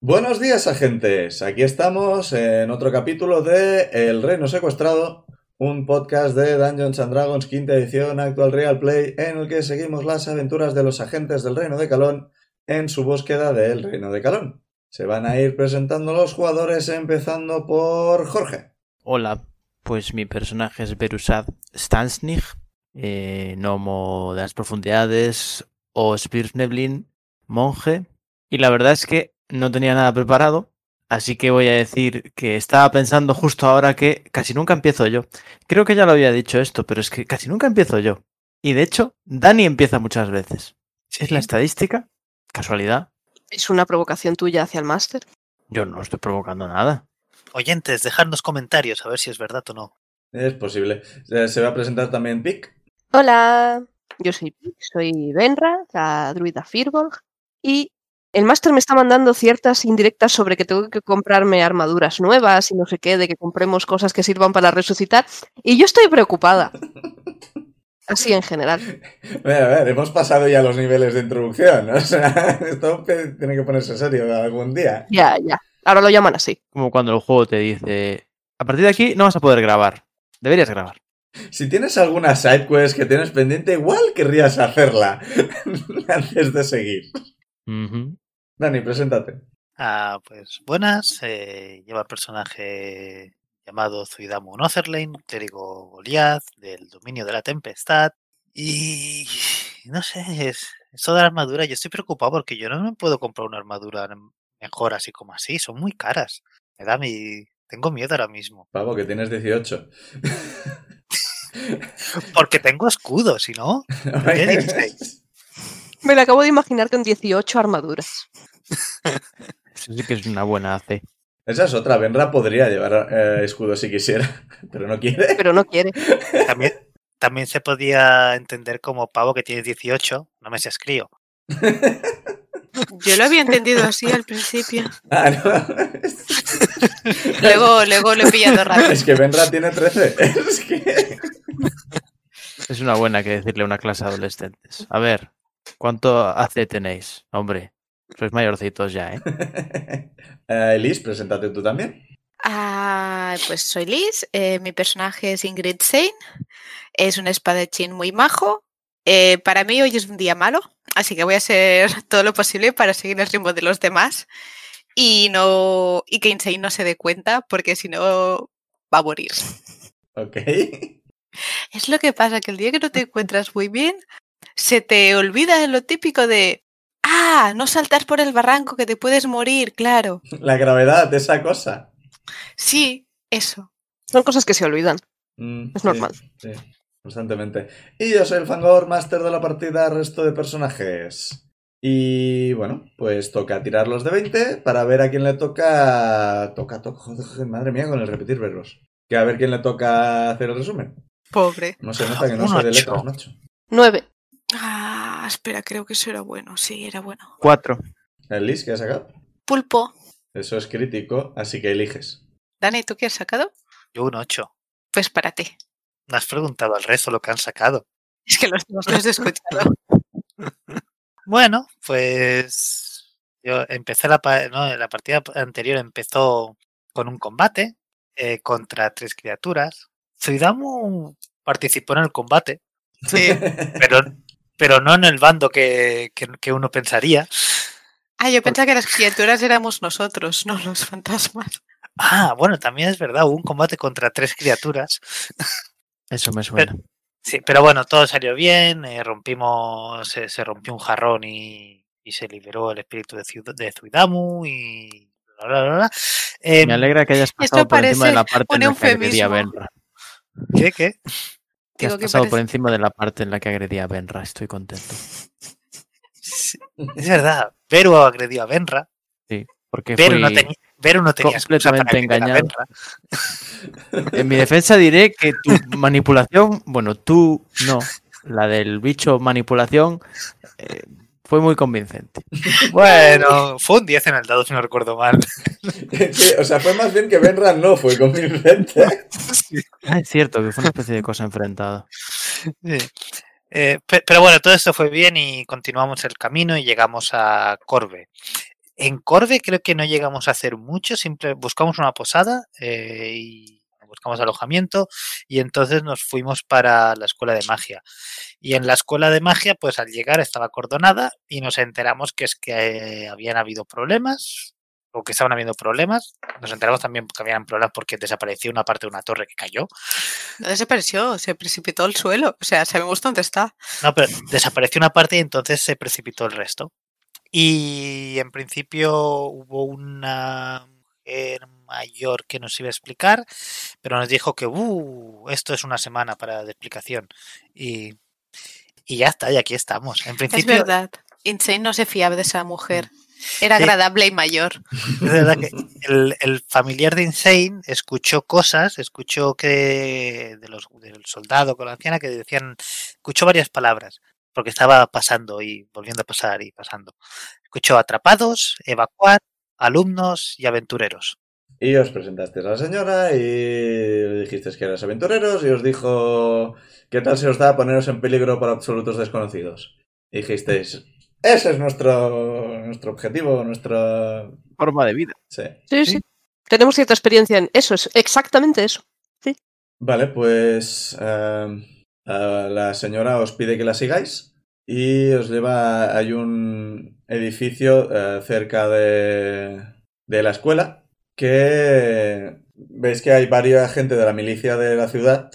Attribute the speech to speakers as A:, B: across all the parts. A: Buenos días, agentes. Aquí estamos en otro capítulo de El Reino Secuestrado, un podcast de Dungeons and Dragons quinta edición actual Real Play, en el que seguimos las aventuras de los agentes del Reino de Calón en su búsqueda del Reino de Calón. Se van a ir presentando los jugadores, empezando por Jorge.
B: Hola, pues mi personaje es Berusad Stansnig, eh, gnomo de las profundidades o Spirfneblin, monje. Y la verdad es que no tenía nada preparado, así que voy a decir que estaba pensando justo ahora que casi nunca empiezo yo. Creo que ya lo había dicho esto, pero es que casi nunca empiezo yo. Y de hecho, Dani empieza muchas veces. ¿Es la estadística? ¿Casualidad?
C: ¿Es una provocación tuya hacia el máster?
B: Yo no estoy provocando nada.
D: Oyentes, dejadnos comentarios a ver si es verdad o no.
A: Es posible. Se se va a presentar también Pic.
C: Hola, yo soy, soy Benra, la druida Firbolg, y el máster me está mandando ciertas indirectas sobre que tengo que comprarme armaduras nuevas y no sé qué, de que compremos cosas que sirvan para resucitar, y yo estoy preocupada. Así en general.
A: A ver, a ver, hemos pasado ya los niveles de introducción. ¿no? O sea, esto pe- tiene que ponerse serio algún día.
C: Ya, ya. Ahora lo llaman así.
B: Como cuando el juego te dice, a partir de aquí no vas a poder grabar. Deberías grabar.
A: Si tienes alguna side quest que tienes pendiente, igual querrías hacerla antes de seguir.
B: Ujú.
A: Dani, preséntate.
D: Ah, pues buenas. eh, lleva el personaje llamado Zuidamu Notherlane, clérigo Goliath, del dominio de la tempestad. Y no sé, es, eso de la armadura, yo estoy preocupado porque yo no me puedo comprar una armadura n- mejor así como así, son muy caras. Me da mi. Tengo miedo ahora mismo.
A: Pavo, que tienes 18.
D: Porque tengo escudo, si no. ¿Qué dices?
C: Me lo acabo de imaginar con 18 armaduras.
B: Eso sí que es una buena AC.
A: Esa es otra. Benra podría llevar eh, escudo si quisiera, pero no quiere.
C: Pero no quiere.
D: También, también se podía entender como pavo que tienes 18, no me seas crío.
E: Yo lo había entendido así al principio.
A: Ah, no.
E: Luego, luego lo he pillado rápido.
A: Es que Benra tiene 13. Es que...
B: Es una buena que decirle a una clase de adolescentes. A ver, ¿cuánto AC tenéis? Hombre, sois mayorcitos ya, ¿eh?
A: Eh, Liz, preséntate tú también.
E: Ah, pues soy Liz, eh, mi personaje es Ingrid Sein, es un espadachín muy majo. Eh, para mí hoy es un día malo, así que voy a hacer todo lo posible para seguir el ritmo de los demás y, no, y que Insane no se dé cuenta porque si no va a morir.
A: Ok.
E: Es lo que pasa, que el día que no te encuentras muy bien, se te olvida lo típico de, ah, no saltar por el barranco, que te puedes morir, claro.
A: La gravedad de esa cosa.
E: Sí, eso.
C: Son cosas que se olvidan.
A: Mm,
C: Es
A: sí,
C: normal.
A: sí, constantemente. Y yo soy el Fangor, máster de la partida, resto de personajes. Y bueno, pues toca tirar los de 20 para ver a quién le toca. Toca, toca. Joder, madre mía, con el repetir verbos. Que a ver quién le toca hacer el resumen.
E: Pobre.
A: No se nota que no
D: Un
A: soy de
D: ocho.
A: letras, macho.
C: 9.
E: Ah, espera, creo que eso era bueno. Sí, era bueno.
B: Cuatro.
A: El Liz que ha sacado.
E: Pulpo.
A: Eso es crítico, así que eliges.
E: Dani, ¿tú qué has sacado?
D: Yo un 8.
E: Pues para ti.
D: No has preguntado al resto lo que han sacado.
E: Es que los dos los he escuchado.
D: Bueno, pues yo empecé la, pa- no, la partida anterior empezó con un combate eh, contra tres criaturas. Zuidamu participó en el combate,
E: Sí.
D: pero, pero no en el bando que, que- que uno pensaría.
E: Ah, yo pensaba que las criaturas éramos nosotros, no los fantasmas.
D: Ah, bueno, también es verdad, hubo un combate contra tres criaturas.
B: Eso me suena.
D: Sí, pero bueno, todo salió bien, eh, rompimos, se, se rompió un jarrón y, y se liberó el espíritu de, Ciud- de Zuidamu y... Bla, bla, bla, bla. Em,
B: Me alegra que hayas pasado por encima de
E: parece
B: la parte en
E: un
B: la que agredía a
E: eufemismo.
B: Benra.
D: ¿Qué? ¿Qué?
B: Que has
E: Digo que
B: pasado por
E: parece-
B: encima de la parte en la que agredía a Benra. Estoy contento.
D: Es verdad, Beru agredió a Benra,
B: Porque
D: Beru no,
B: fui-
D: tenía- Beru no tenía excusa para
B: completamente
D: agredir a
B: engañado.
D: Benra.
B: En mi defensa diré que tu manipulación, bueno, tú no, la del bicho manipulación, eh, fue muy convincente.
D: Bueno, fue un 10 en el dado, si no recuerdo mal.
A: Sí, o sea, fue más bien que Benran no fue convincente.
D: Sí.
B: Ah, es cierto, que fue una especie de cosa enfrentada.
D: Sí. Eh, pe- pero bueno, todo esto fue bien y continuamos el camino y llegamos a Corbe. En Corbe creo que no llegamos a hacer mucho, siempre buscamos una posada eh, y buscamos alojamiento y entonces nos fuimos para la escuela de magia. Y en la escuela de magia, pues al llegar estaba acordonada y nos enteramos que es que eh, habían habido problemas o que estaban habiendo problemas. Nos enteramos también que habían problemas porque desapareció una parte de una torre que cayó.
E: No desapareció, se precipitó al suelo. O sea, sabemos dónde está.
D: No, pero desapareció una parte y entonces se precipitó el resto. Y en principio hubo una mujer mayor que nos iba a explicar, pero nos dijo que "Uh, esto es una semana para de explicación. Y, y ya está, y aquí estamos. En
E: Es
D: principio,
E: verdad. Insane no se fiaba de esa mujer. Era
D: Sí.
E: agradable y mayor.
D: Es verdad que el, el familiar de Insane escuchó cosas, escuchó que de los, del soldado con la anciana que decían, escuchó varias palabras, porque estaba pasando y volviendo a pasar y pasando. Escuchó atrapados, evacuar, alumnos y aventureros.
A: Y os presentasteis a la señora y le dijisteis que eras aventureros y os dijo, ¿qué tal se os da poneros en peligro por absolutos desconocidos? Y dijisteis, ese es nuestro, nuestro objetivo, nuestro...
B: Forma de vida.
A: Sí.
C: Sí, sí. Tenemos cierta experiencia en eso, es exactamente eso.
A: Vale, pues eh, a la señora os pide que la sigáis y os lleva, hay un edificio eh, cerca de, de la escuela que veis que hay varias gente de la milicia de la ciudad,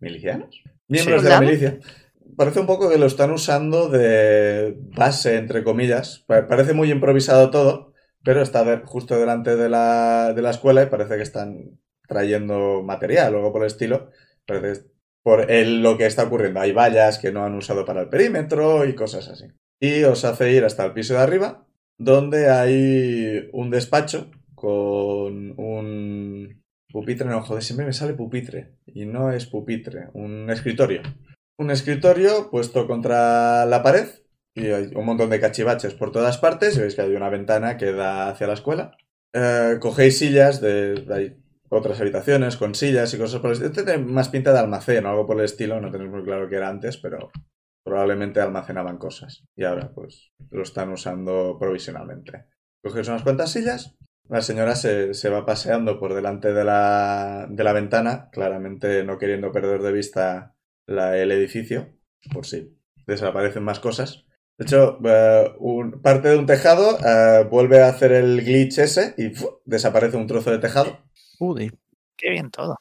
A: milicianos, miembros de la
C: ¿Soldados?
A: milicia. Parece un poco que lo están usando de base, entre comillas. Pa- Parece muy improvisado todo, pero está de- justo delante de la, de la escuela y parece que están trayendo material o algo por el estilo. Parece por el- lo que está ocurriendo. Hay vallas que no han usado para el perímetro y cosas así. Y os hace ir hasta el piso de arriba, donde hay un despacho con un pupitre. No, joder, siempre me sale pupitre. Y no es pupitre, un escritorio. Un escritorio puesto contra la pared y hay un montón de cachivaches por todas partes. Y veis que hay una ventana que da hacia la escuela. Eh, cogéis sillas de, de ahí otras habitaciones con sillas y cosas por el estilo. Este tiene más pinta de almacén o algo por el estilo, no tenéis muy claro qué era antes, pero probablemente almacenaban cosas. Y ahora, pues, lo están usando provisionalmente. Cogéis unas cuantas sillas, la señora se, se va paseando por delante de la, de la ventana, claramente no queriendo perder de vista la- el edificio, por si desaparecen más cosas. De hecho, eh, un- parte de un tejado eh, vuelve a hacer el glitch ese y ¡fu! desaparece un trozo de tejado.
B: Uy,
D: Qué bien todo.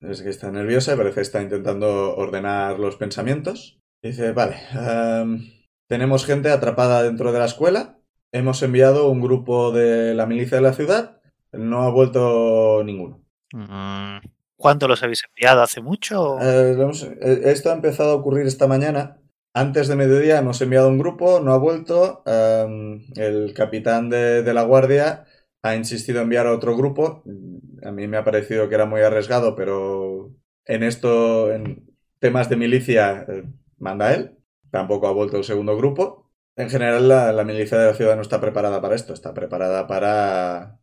A: Es que está nerviosa y parece que está intentando ordenar los pensamientos. Dice, vale, em, tenemos gente atrapada dentro de la escuela. Hemos enviado un grupo de la milicia de la ciudad. No ha vuelto ninguno.
B: mm,
D: ¿Cuándo los habéis enviado? ¿Hace mucho? o-
A: Eh, vamos, eh, esto ha empezado a ocurrir esta mañana. Antes de mediodía hemos enviado un grupo, no ha vuelto. Em, el capitán de, de la guardia ha insistido en enviar a otro grupo. A mí me ha parecido que era muy arriesgado, pero en esto, en temas de milicia, eh, manda él. Tampoco ha vuelto el segundo grupo. En general, la, la milicia de la ciudad no está preparada para esto. Está preparada para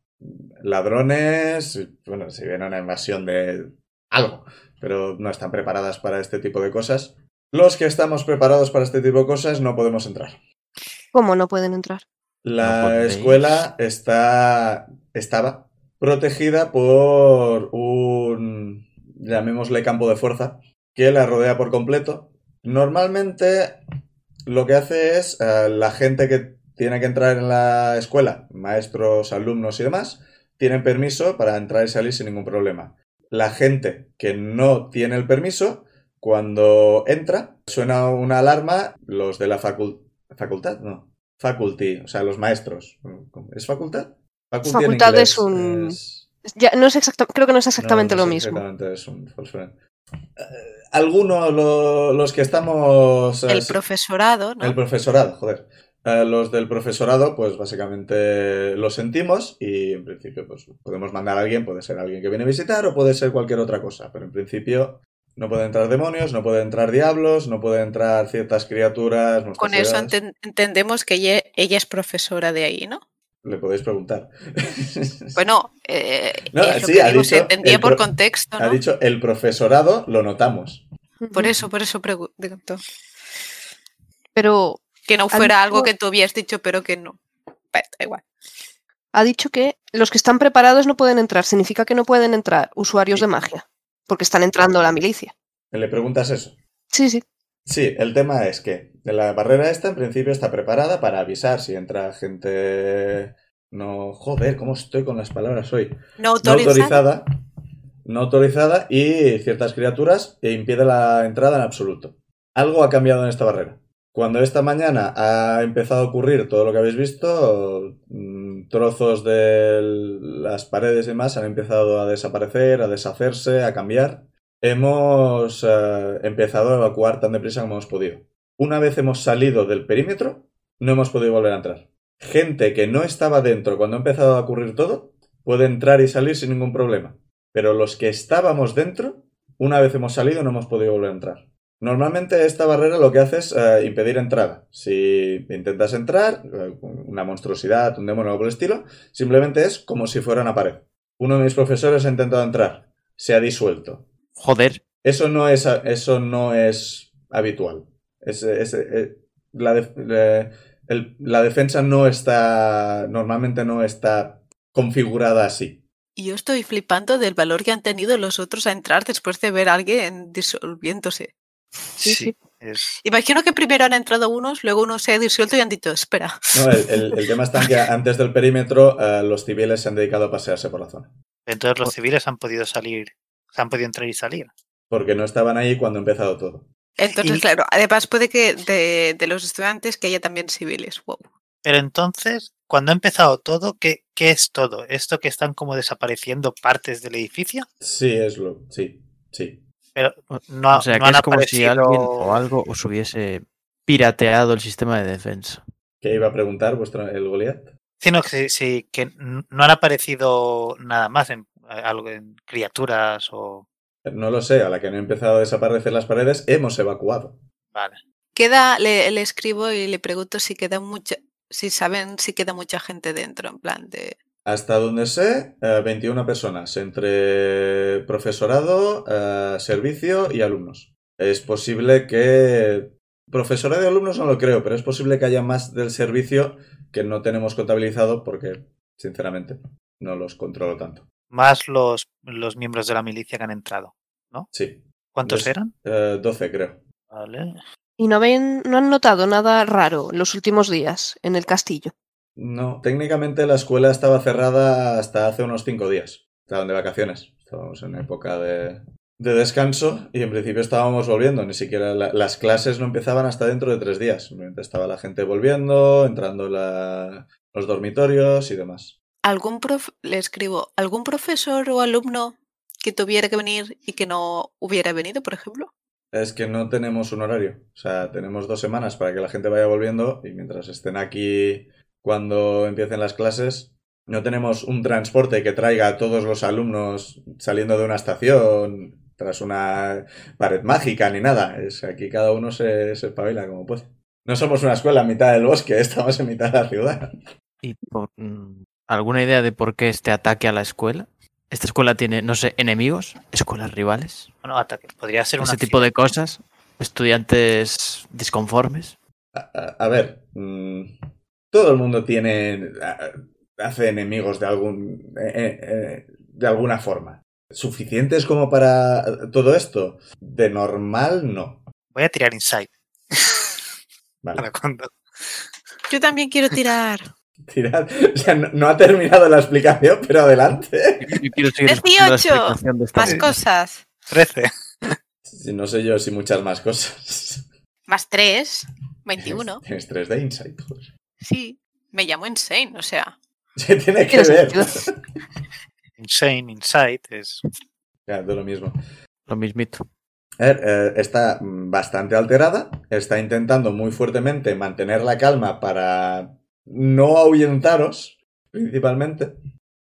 A: ladrones. Bueno, si viene una invasión de algo pero no están preparadas para este tipo de cosas. Los que estamos preparados para este tipo de cosas no podemos entrar.
C: ¿Cómo no pueden entrar?
A: La
B: No podéis.
A: escuela está estaba protegida por un llamémosle campo de fuerza que la rodea por completo. Normalmente lo que hace es eh, la gente que tiene que entrar en la escuela, maestros, alumnos y demás, tienen permiso para entrar y salir sin ningún problema. La gente que no tiene el permiso, cuando entra, suena una alarma, los de la facul- facultad, no, faculty, o sea, los maestros. ¿Es facultad? Faculty en
C: Facultad
A: inglés,
C: es un-
A: es-
C: Ya, no es exacta- creo que no es exactamente
A: no, no
C: lo
A: sé
C: mismo.
A: exactamente, es un false friend. Eh, algunos, lo- los que estamos... eh,
E: El
A: sí,
E: profesorado, ¿no?
A: el profesorado, joder. A los del profesorado, pues básicamente lo sentimos y en principio pues podemos mandar a alguien, puede ser alguien que viene a visitar o puede ser cualquier otra cosa, pero en principio no pueden entrar demonios, no pueden entrar diablos, no pueden entrar ciertas criaturas.
E: Con eso
A: monstruosidades.
E: enten- entendemos que ella, ella es profesora de ahí, ¿no?
A: Le podéis preguntar.
E: Bueno, eh,
A: No,
E: es lo
A: sí,
E: que
A: ha
E: digo, se
A: dicho
E: entendía
A: el
E: por
A: pro-
E: contexto,
A: Ha
E: ¿no?
A: dicho el profesorado, lo notamos.
E: Por eso, por eso pregu- pregunto.
C: Pero
E: Que no
C: Han
E: fuera algo
C: dicho-
E: que tú habías dicho, pero que no. Pa- Da igual.
C: ha dicho que los que están preparados no pueden entrar. Significa que no pueden entrar usuarios de magia, porque están entrando la milicia.
A: Le preguntas eso.
C: Sí, sí.
A: Sí, el tema es que la barrera esta en principio está preparada para avisar si entra gente no joder, cómo estoy con las palabras hoy.
E: No
A: No
E: autorizada.
A: autorizada, no autorizada y ciertas criaturas e impide la entrada en absoluto. Algo ha cambiado en esta barrera. Cuando esta mañana ha empezado a ocurrir todo lo que habéis visto, mm, trozos de las paredes y demás han empezado a desaparecer, a deshacerse, a cambiar. Hemos eh, empezado a evacuar tan deprisa como hemos podido. Una vez hemos salido del perímetro, no hemos podido volver a entrar. Gente que no estaba dentro cuando ha empezado a ocurrir todo, puede entrar y salir sin ningún problema. Pero los que estábamos dentro, una vez hemos salido, no hemos podido volver a entrar. Normalmente esta barrera lo que hace es eh, impedir entrada. Si intentas entrar, eh, una monstruosidad, un demonio o algo por el estilo, simplemente es como si fuera una pared. Uno de mis profesores ha intentado entrar, se ha disuelto.
B: Joder.
A: Eso no es, eso no es habitual. Es- es- eh, la, def- eh, el- la defensa no está. Normalmente no está configurada así.
E: Y yo estoy flipando del valor que han tenido los otros a entrar después de ver a alguien disolviéndose.
D: Sí,
C: sí.
D: es-
E: Imagino que primero han entrado unos, luego uno se ha disuelto y han dicho, espera.
A: No, el, el- el tema está en que antes del perímetro eh, los civiles se han dedicado a pasearse por la zona.
D: entonces los civiles han podido salir, han podido entrar y salir.
A: Porque no estaban ahí cuando ha empezado todo.
E: Entonces,
D: Y-
E: claro, además puede que de, de los estudiantes que haya también civiles. Wow.
D: Pero entonces, cuando ha empezado todo, ¿qué, qué es todo? ¿Esto que están como desapareciendo partes del edificio?
A: Sí, es lo. Sí, sí.
D: No, ha-
B: o sea,
D: no
B: que
D: han
B: es como si
D: aparecido...
B: alguien o algo os hubiese pirateado el sistema de defensa.
A: ¿Qué iba a preguntar vuestro, el Goliath?
D: Sí, no, que sí, sí, que n- no han aparecido nada más en, algo, en criaturas o...
A: No lo sé, a la que no han empezado a desaparecer las paredes, hemos evacuado.
D: Vale.
E: Queda, le, le escribo y le pregunto si queda mucha, si saben si queda mucha gente dentro, en plan de.
A: Hasta donde sé, eh, 21 personas, entre profesorado, eh, servicio y alumnos. Es posible que... Profesorado y alumnos no lo creo, pero es posible que haya más del servicio que no tenemos contabilizado porque, sinceramente, no los controlo tanto.
D: Más los, los miembros de la milicia que han entrado.
A: Sí,
D: ¿Cuántos
A: Los-
D: eran?
A: eh, 12 creo.
D: Vale.
C: ¿Y no, ven, no han notado nada raro en los últimos días en el castillo?
A: No, técnicamente la escuela estaba cerrada hasta hace unos 5 días. Estaban de vacaciones, estábamos en época de, de descanso y en principio estábamos volviendo, ni siquiera la- las clases no empezaban hasta dentro de tres días. Simplemente Estaba la gente volviendo, entrando la- los dormitorios y demás.
E: ¿Algún prof le escribo, ¿algún profesor o alumno que tuviera que venir y que no hubiera venido, por ejemplo?
A: Es que no tenemos un horario, o sea, tenemos dos semanas para que la gente vaya volviendo y mientras estén aquí cuando empiecen las clases, no tenemos un transporte que traiga a todos los alumnos saliendo de una estación tras una pared mágica ni nada. Es aquí cada uno se, se espabila como puede. No somos una escuela en mitad del bosque, estamos en mitad de la ciudad.
B: ¿Y por- mm, alguna idea de por qué este ataque a la escuela? Esta escuela tiene, no sé, enemigos, escuelas rivales,
D: Bueno, ataque. Podría ser un
B: ese tipo de cosas, estudiantes disconformes.
A: A, a- a ver, mm, todo el mundo tiene a- hace enemigos de algún eh, eh, eh, de alguna forma. Suficientes como para todo esto. De normal no.
D: Voy a tirar insight.
A: Vale.
D: Para cuando...
E: Yo también quiero tirar.
A: Tirad. O sea, no, no ha terminado la explicación, pero adelante.
B: Yo quiero seguir escuchando la
E: 18,
B: explicación de esta
E: Más
B: vez.
E: cosas.
D: 13.
A: Si No sé yo si muchas más cosas.
E: Más tres. 21.
A: Tienes tres de insight. joder.
E: Sí. Me llamo Insane, o sea.
A: Se tiene que
C: Tiene
A: ver.
C: sentido.
D: Insane, insight. Es...
A: Ya, de lo mismo.
B: Lo mismito.
A: A ver, eh, está bastante alterada, está intentando muy fuertemente mantener la calma para no ahuyentaros, principalmente,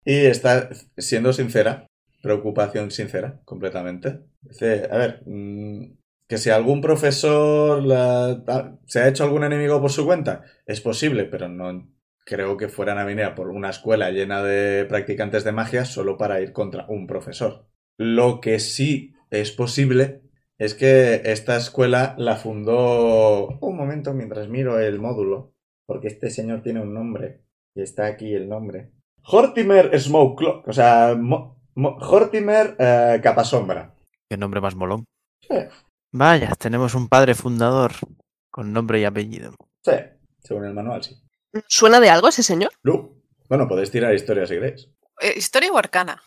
A: y está siendo sincera, preocupación sincera, completamente. Dice, a ver, mm, que si algún profesor la- ta- se ha hecho algún enemigo por su cuenta, es posible, pero no creo que fueran a venir a por una escuela llena de practicantes de magia solo para ir contra un profesor. Lo que sí es posible es que esta escuela la fundó... Un momento mientras miro el módulo, porque este señor tiene un nombre, y está aquí el nombre. Hortimer Smoke Clock, o sea, Mo- Mo- Hortimer eh, Capasombra.
B: Qué nombre más molón.
A: Eh.
B: Vaya, tenemos un padre fundador con nombre y apellido.
A: Sí, según el manual, sí.
C: ¿Suena de algo ese señor?
A: Lu. Bueno, podéis tirar historia si queréis.
E: Eh, ¿Historia o arcana?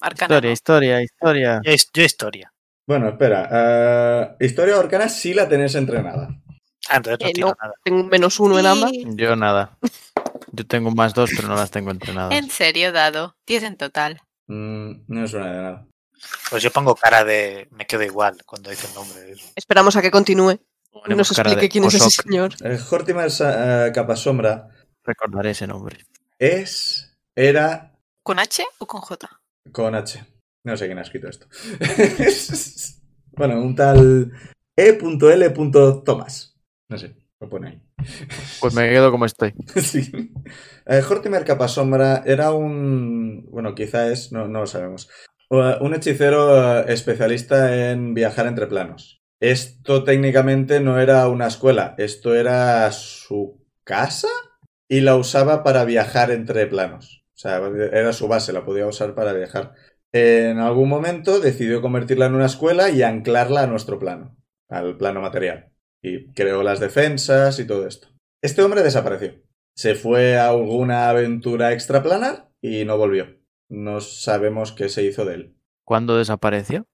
E: Arcana.
B: Historia,
E: ¿no?
B: historia, historia.
D: Yo, his- yo historia.
A: Bueno, espera. eh, historia arcana sí la tenéis entrenada.
D: Ah, entonces no
C: Eh,
D: tiro
C: no.
D: nada.
C: Tengo un menos uno en ambas.
E: Sí,
B: Yo nada. Yo tengo un más dos, pero no las tengo entrenadas.
E: En serio, dado. 10 en total.
A: Mm, no suena de nada.
D: Pues yo pongo cara de. Me quedo igual cuando dice el nombre.
C: Esperamos a que continúe y
B: Ponemos
C: nos
B: cara de
C: explique quién es ese
B: Osok.
C: señor.
A: Eh, Hortimer Sa- eh, Capasombra
B: Recordaré ese nombre.
A: es. Era.
E: ¿Con H o con J?
A: Con H. No sé quién ha escrito esto. bueno, un tal. E E.L. Tomás. No sé, lo pone ahí.
B: Pues me quedo como estoy.
A: Sí. Eh, Hortimer Capasombra era un. Bueno, quizá es, no, no lo sabemos. Eh, Un hechicero eh, especialista en viajar entre planos. Esto técnicamente no era una escuela, esto era su casa y la usaba para viajar entre planos. O sea, era su base, la podía usar para viajar. En algún momento decidió convertirla en una escuela y anclarla a nuestro plano, al plano material. Y creó las defensas y todo esto. Este hombre desapareció se fue a alguna aventura extraplanar y no volvió. No sabemos qué se hizo de él.
B: ¿Cuándo desapareció?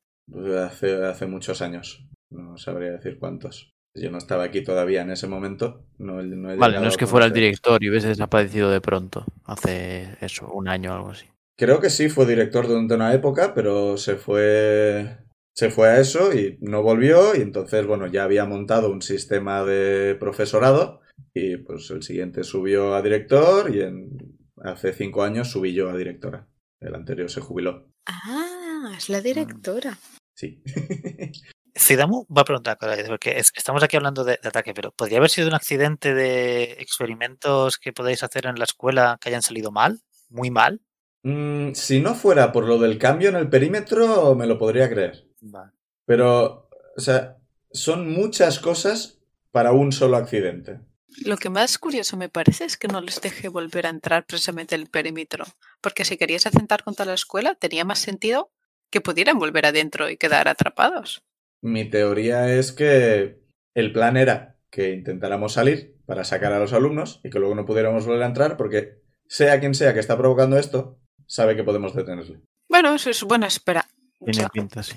A: Hace, hace muchos años. No sabría decir cuántos. Yo no estaba aquí todavía en ese momento. No, he- no he
B: Vale,
A: llegado
B: no es
A: a
B: que fuera el
A: conocer.
B: director y hubiese desaparecido de pronto. Hace eso, un año o algo así.
A: Creo que sí, fue director durante una época, pero se fue. Se fue a eso y no volvió. Y entonces, bueno, ya había montado un sistema de profesorado. Y pues el siguiente subió a director. Y en- hace cinco años subí yo a directora. El anterior se jubiló. Mm,
E: Ah, es la directora.
A: Sí.
D: Zidamu va a preguntar, claro, porque es- estamos aquí hablando de, de ataque, pero ¿podría haber sido un accidente de experimentos que podéis hacer en la escuela que hayan salido mal? Muy mal.
A: Mm, si no fuera por lo del cambio en el perímetro, me lo podría creer.
D: Va.
A: Pero, o sea, son muchas cosas para un solo accidente.
E: Lo que más curioso me parece es que no les dejé volver a entrar precisamente el perímetro. Porque si querías atentar contra la escuela, tenía más sentido que pudieran volver adentro y quedar atrapados.
A: Mi teoría es que el plan era que intentáramos salir para sacar a los alumnos y que luego no pudiéramos volver a entrar porque sea quien sea que está provocando esto, sabe que podemos detenerle.
E: Bueno, eso es buena espera. O
B: Tiene
E: sea,
B: pinta así.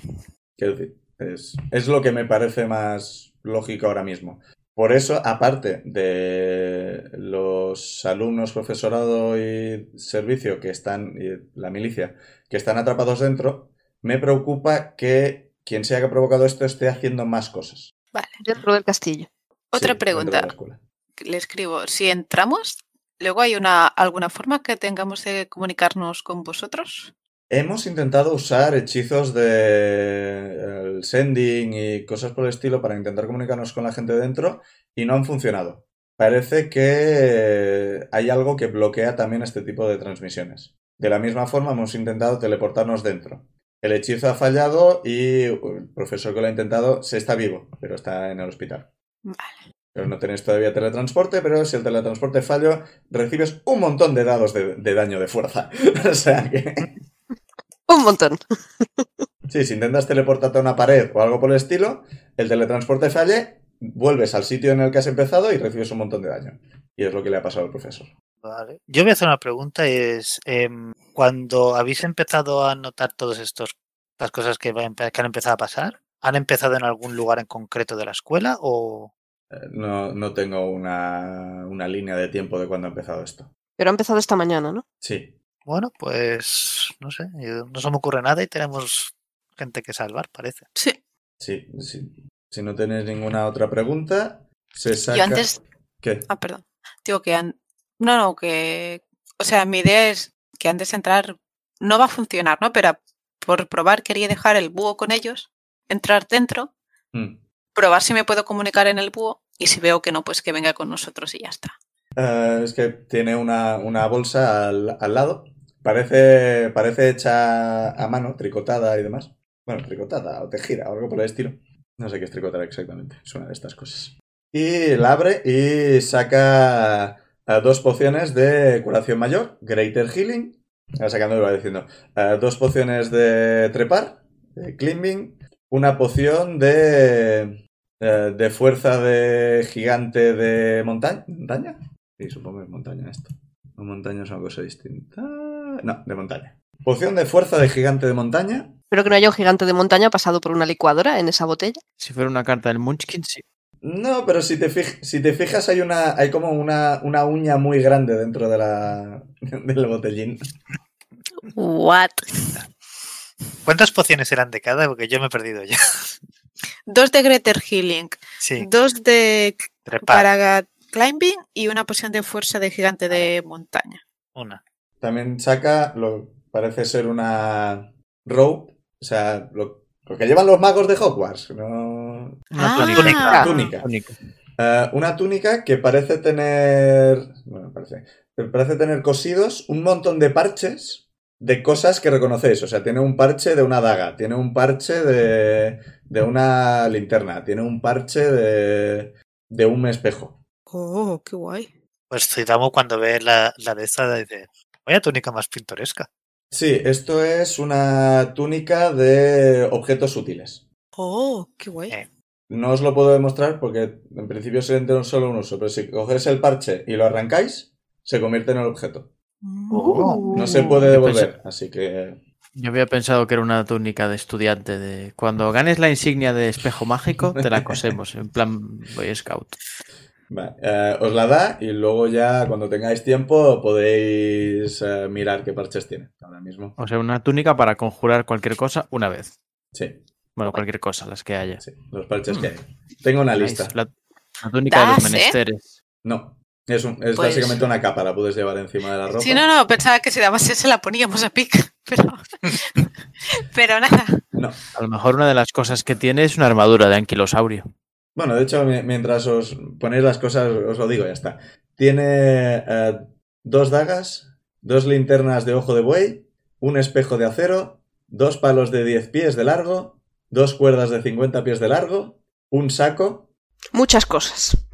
A: Quiero decir, es, es lo que me parece más lógico ahora mismo. Por eso, aparte de los alumnos, profesorado y servicio que están, y la milicia, que están atrapados dentro, me preocupa que quien sea que ha provocado esto esté haciendo más cosas.
C: Dentro del castillo.
E: otra
A: Sí, dentro de
E: pregunta.
A: la escuela.
E: Le escribo, si entramos, luego hay una alguna forma que tengamos de comunicarnos con vosotros.
A: Hemos intentado usar hechizos de el sending y cosas por el estilo para intentar comunicarnos con la gente dentro y no han funcionado. Parece que hay algo que bloquea también este tipo de transmisiones. De la misma forma hemos intentado teleportarnos dentro. El hechizo ha fallado y el profesor que lo ha intentado se está vivo, pero está en el hospital.
E: Vale.
A: Pero no tenéis todavía teletransporte, pero si el teletransporte fallo, recibes un montón de dados de, de daño de fuerza. o sea que...
C: Un montón.
A: Sí, si intentas teleportarte a una pared o algo por el estilo, el teletransporte falle, vuelves al sitio en el que has empezado y recibes un montón de daño. Y es lo que le ha pasado al profesor.
D: Vale. Yo voy a hacer una pregunta, es em, cuando habéis empezado a notar todos estos las cosas que, va a empe- que han empezado a pasar, ¿han empezado en algún lugar en concreto de la escuela o
A: Eh, No, no tengo una, una línea de tiempo de cuándo ha empezado esto.
C: Pero ha empezado esta mañana, ¿no?
A: Sí.
D: bueno, pues no sé, yo- no se me ocurre nada y tenemos gente que salvar, parece.
E: Sí.
A: Sí, sí. Si no tenéis ninguna otra pregunta, se saca...
E: Yo antes.
A: ¿Qué?
E: Ah, perdón. Digo que. an- No, no, que. O sea, mi idea es que antes de entrar. No va a funcionar, ¿no? Pero por probar quería dejar el búho con ellos, entrar dentro,
A: Mm.
E: probar si me puedo comunicar en el búho y si veo que no, pues que venga con nosotros y ya está.
A: Eh, es que tiene una, una bolsa al, al lado. Parece, parece hecha a mano, tricotada y demás. Bueno, tricotada o tejida o algo por el estilo. No sé qué es tricotar exactamente. Es una de estas cosas. Y la abre y saca eh, dos pociones de curación mayor, Greater Healing. Va sacando y va diciendo. eh, dos pociones de trepar, de climbing. Una poción de, eh, de fuerza de gigante de monta- montaña. Sí, supongo que es montaña esto. ¿O montaña es una cosa distinta? No, de montaña. Poción de fuerza de gigante de montaña.
C: Espero que no haya un gigante de montaña pasado por una licuadora en esa botella.
B: Si fuera una carta del Munchkin, sí.
A: No, pero si te, fij- si te fijas hay una hay como una, una uña muy grande dentro de la, del botellín.
E: What?
D: ¿Cuántas pociones eran de cada? Porque yo me he perdido ya.
E: Dos de Greater Healing,
D: Sí,
E: dos de
D: trepar,
E: para climbing y una poción de fuerza de gigante de montaña.
D: una.
A: También saca lo parece ser una rope, o sea, lo, lo que llevan los magos de Hogwarts, no
B: Una
D: Ah.
B: túnica.
D: túnica.
A: túnica.
B: Túnica.
A: Eh, una túnica que parece tener. Bueno, parece. que Parece tener cosidos un montón de parches de cosas que reconocéis. O sea, tiene un parche de una daga, tiene un parche de. de una linterna, tiene un parche de. de un espejo.
E: Oh, qué guay.
D: Pues Zuidamo cuando ve la, la de esta dice, vaya túnica más pintoresca.
A: Sí, esto es una túnica de objetos útiles.
E: Oh, qué guay.
D: Eh.
A: No os lo puedo demostrar porque en principio se tiene solo un uso, pero si cogéis el parche y lo arrancáis, se convierte en el objeto.
E: Mm.
D: Oh,
A: No se puede
B: Uh, Yo pensé-
A: devolver, así que
B: Yo había pensado que era una túnica de estudiante de cuando ganes la insignia de espejo mágico, te la cosemos, en plan Boy Scout.
A: Vale, eh, os la da y luego ya cuando tengáis tiempo podéis eh, mirar qué parches tiene ahora mismo.
B: O sea, una túnica para conjurar cualquier cosa una vez.
A: Sí,
B: Bueno, cualquier cosa, las que haya.
A: sí, los parches que hay.
E: Mm.
A: Tengo una lista.
B: Nice. La, la túnica de los
E: Das, ¿eh?
B: menesteres.
A: No, es, un- es
E: Pues-
A: básicamente una capa, la puedes llevar encima de la ropa.
E: Sí, no, no, pensaba que si dabas ese la poníamos a pica, pero, pero nada.
A: No.
B: A lo mejor una de las cosas que tiene es una armadura de anquilosaurio.
A: Bueno, de hecho, mi- mientras os ponéis las cosas, os lo digo, ya está. Tiene eh, dos dagas, dos linternas de ojo de buey, un espejo de acero, dos palos de 10 pies de largo, dos cuerdas de 50 pies de largo, un saco,
C: Muchas cosas.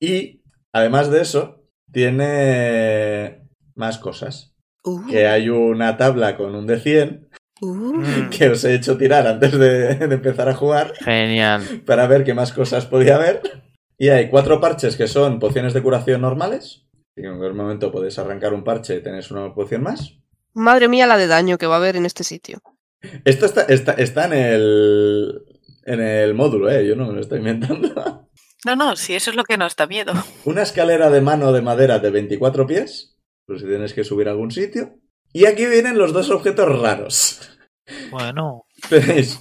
A: Y además de eso, tiene más cosas.
E: Uh,
A: Que hay una tabla con un de 100
E: uh.
A: que os he hecho tirar antes de, de empezar a jugar
B: Genial.
A: para ver qué más cosas podía haber. Y hay cuatro parches que son pociones de curación normales. Y en cualquier momento podéis arrancar un parche y tenéis una poción más.
C: Madre mía la de daño que va a haber en este sitio.
A: Esto está, está, está en el. En el módulo, ¿eh? Yo no me lo estoy inventando.
E: No, no, si eso es lo que nos da miedo.
A: Una escalera de mano de madera de 24 pies, por si tienes que subir a algún sitio. Y aquí vienen los dos objetos raros.
D: Bueno,
A: Tenéis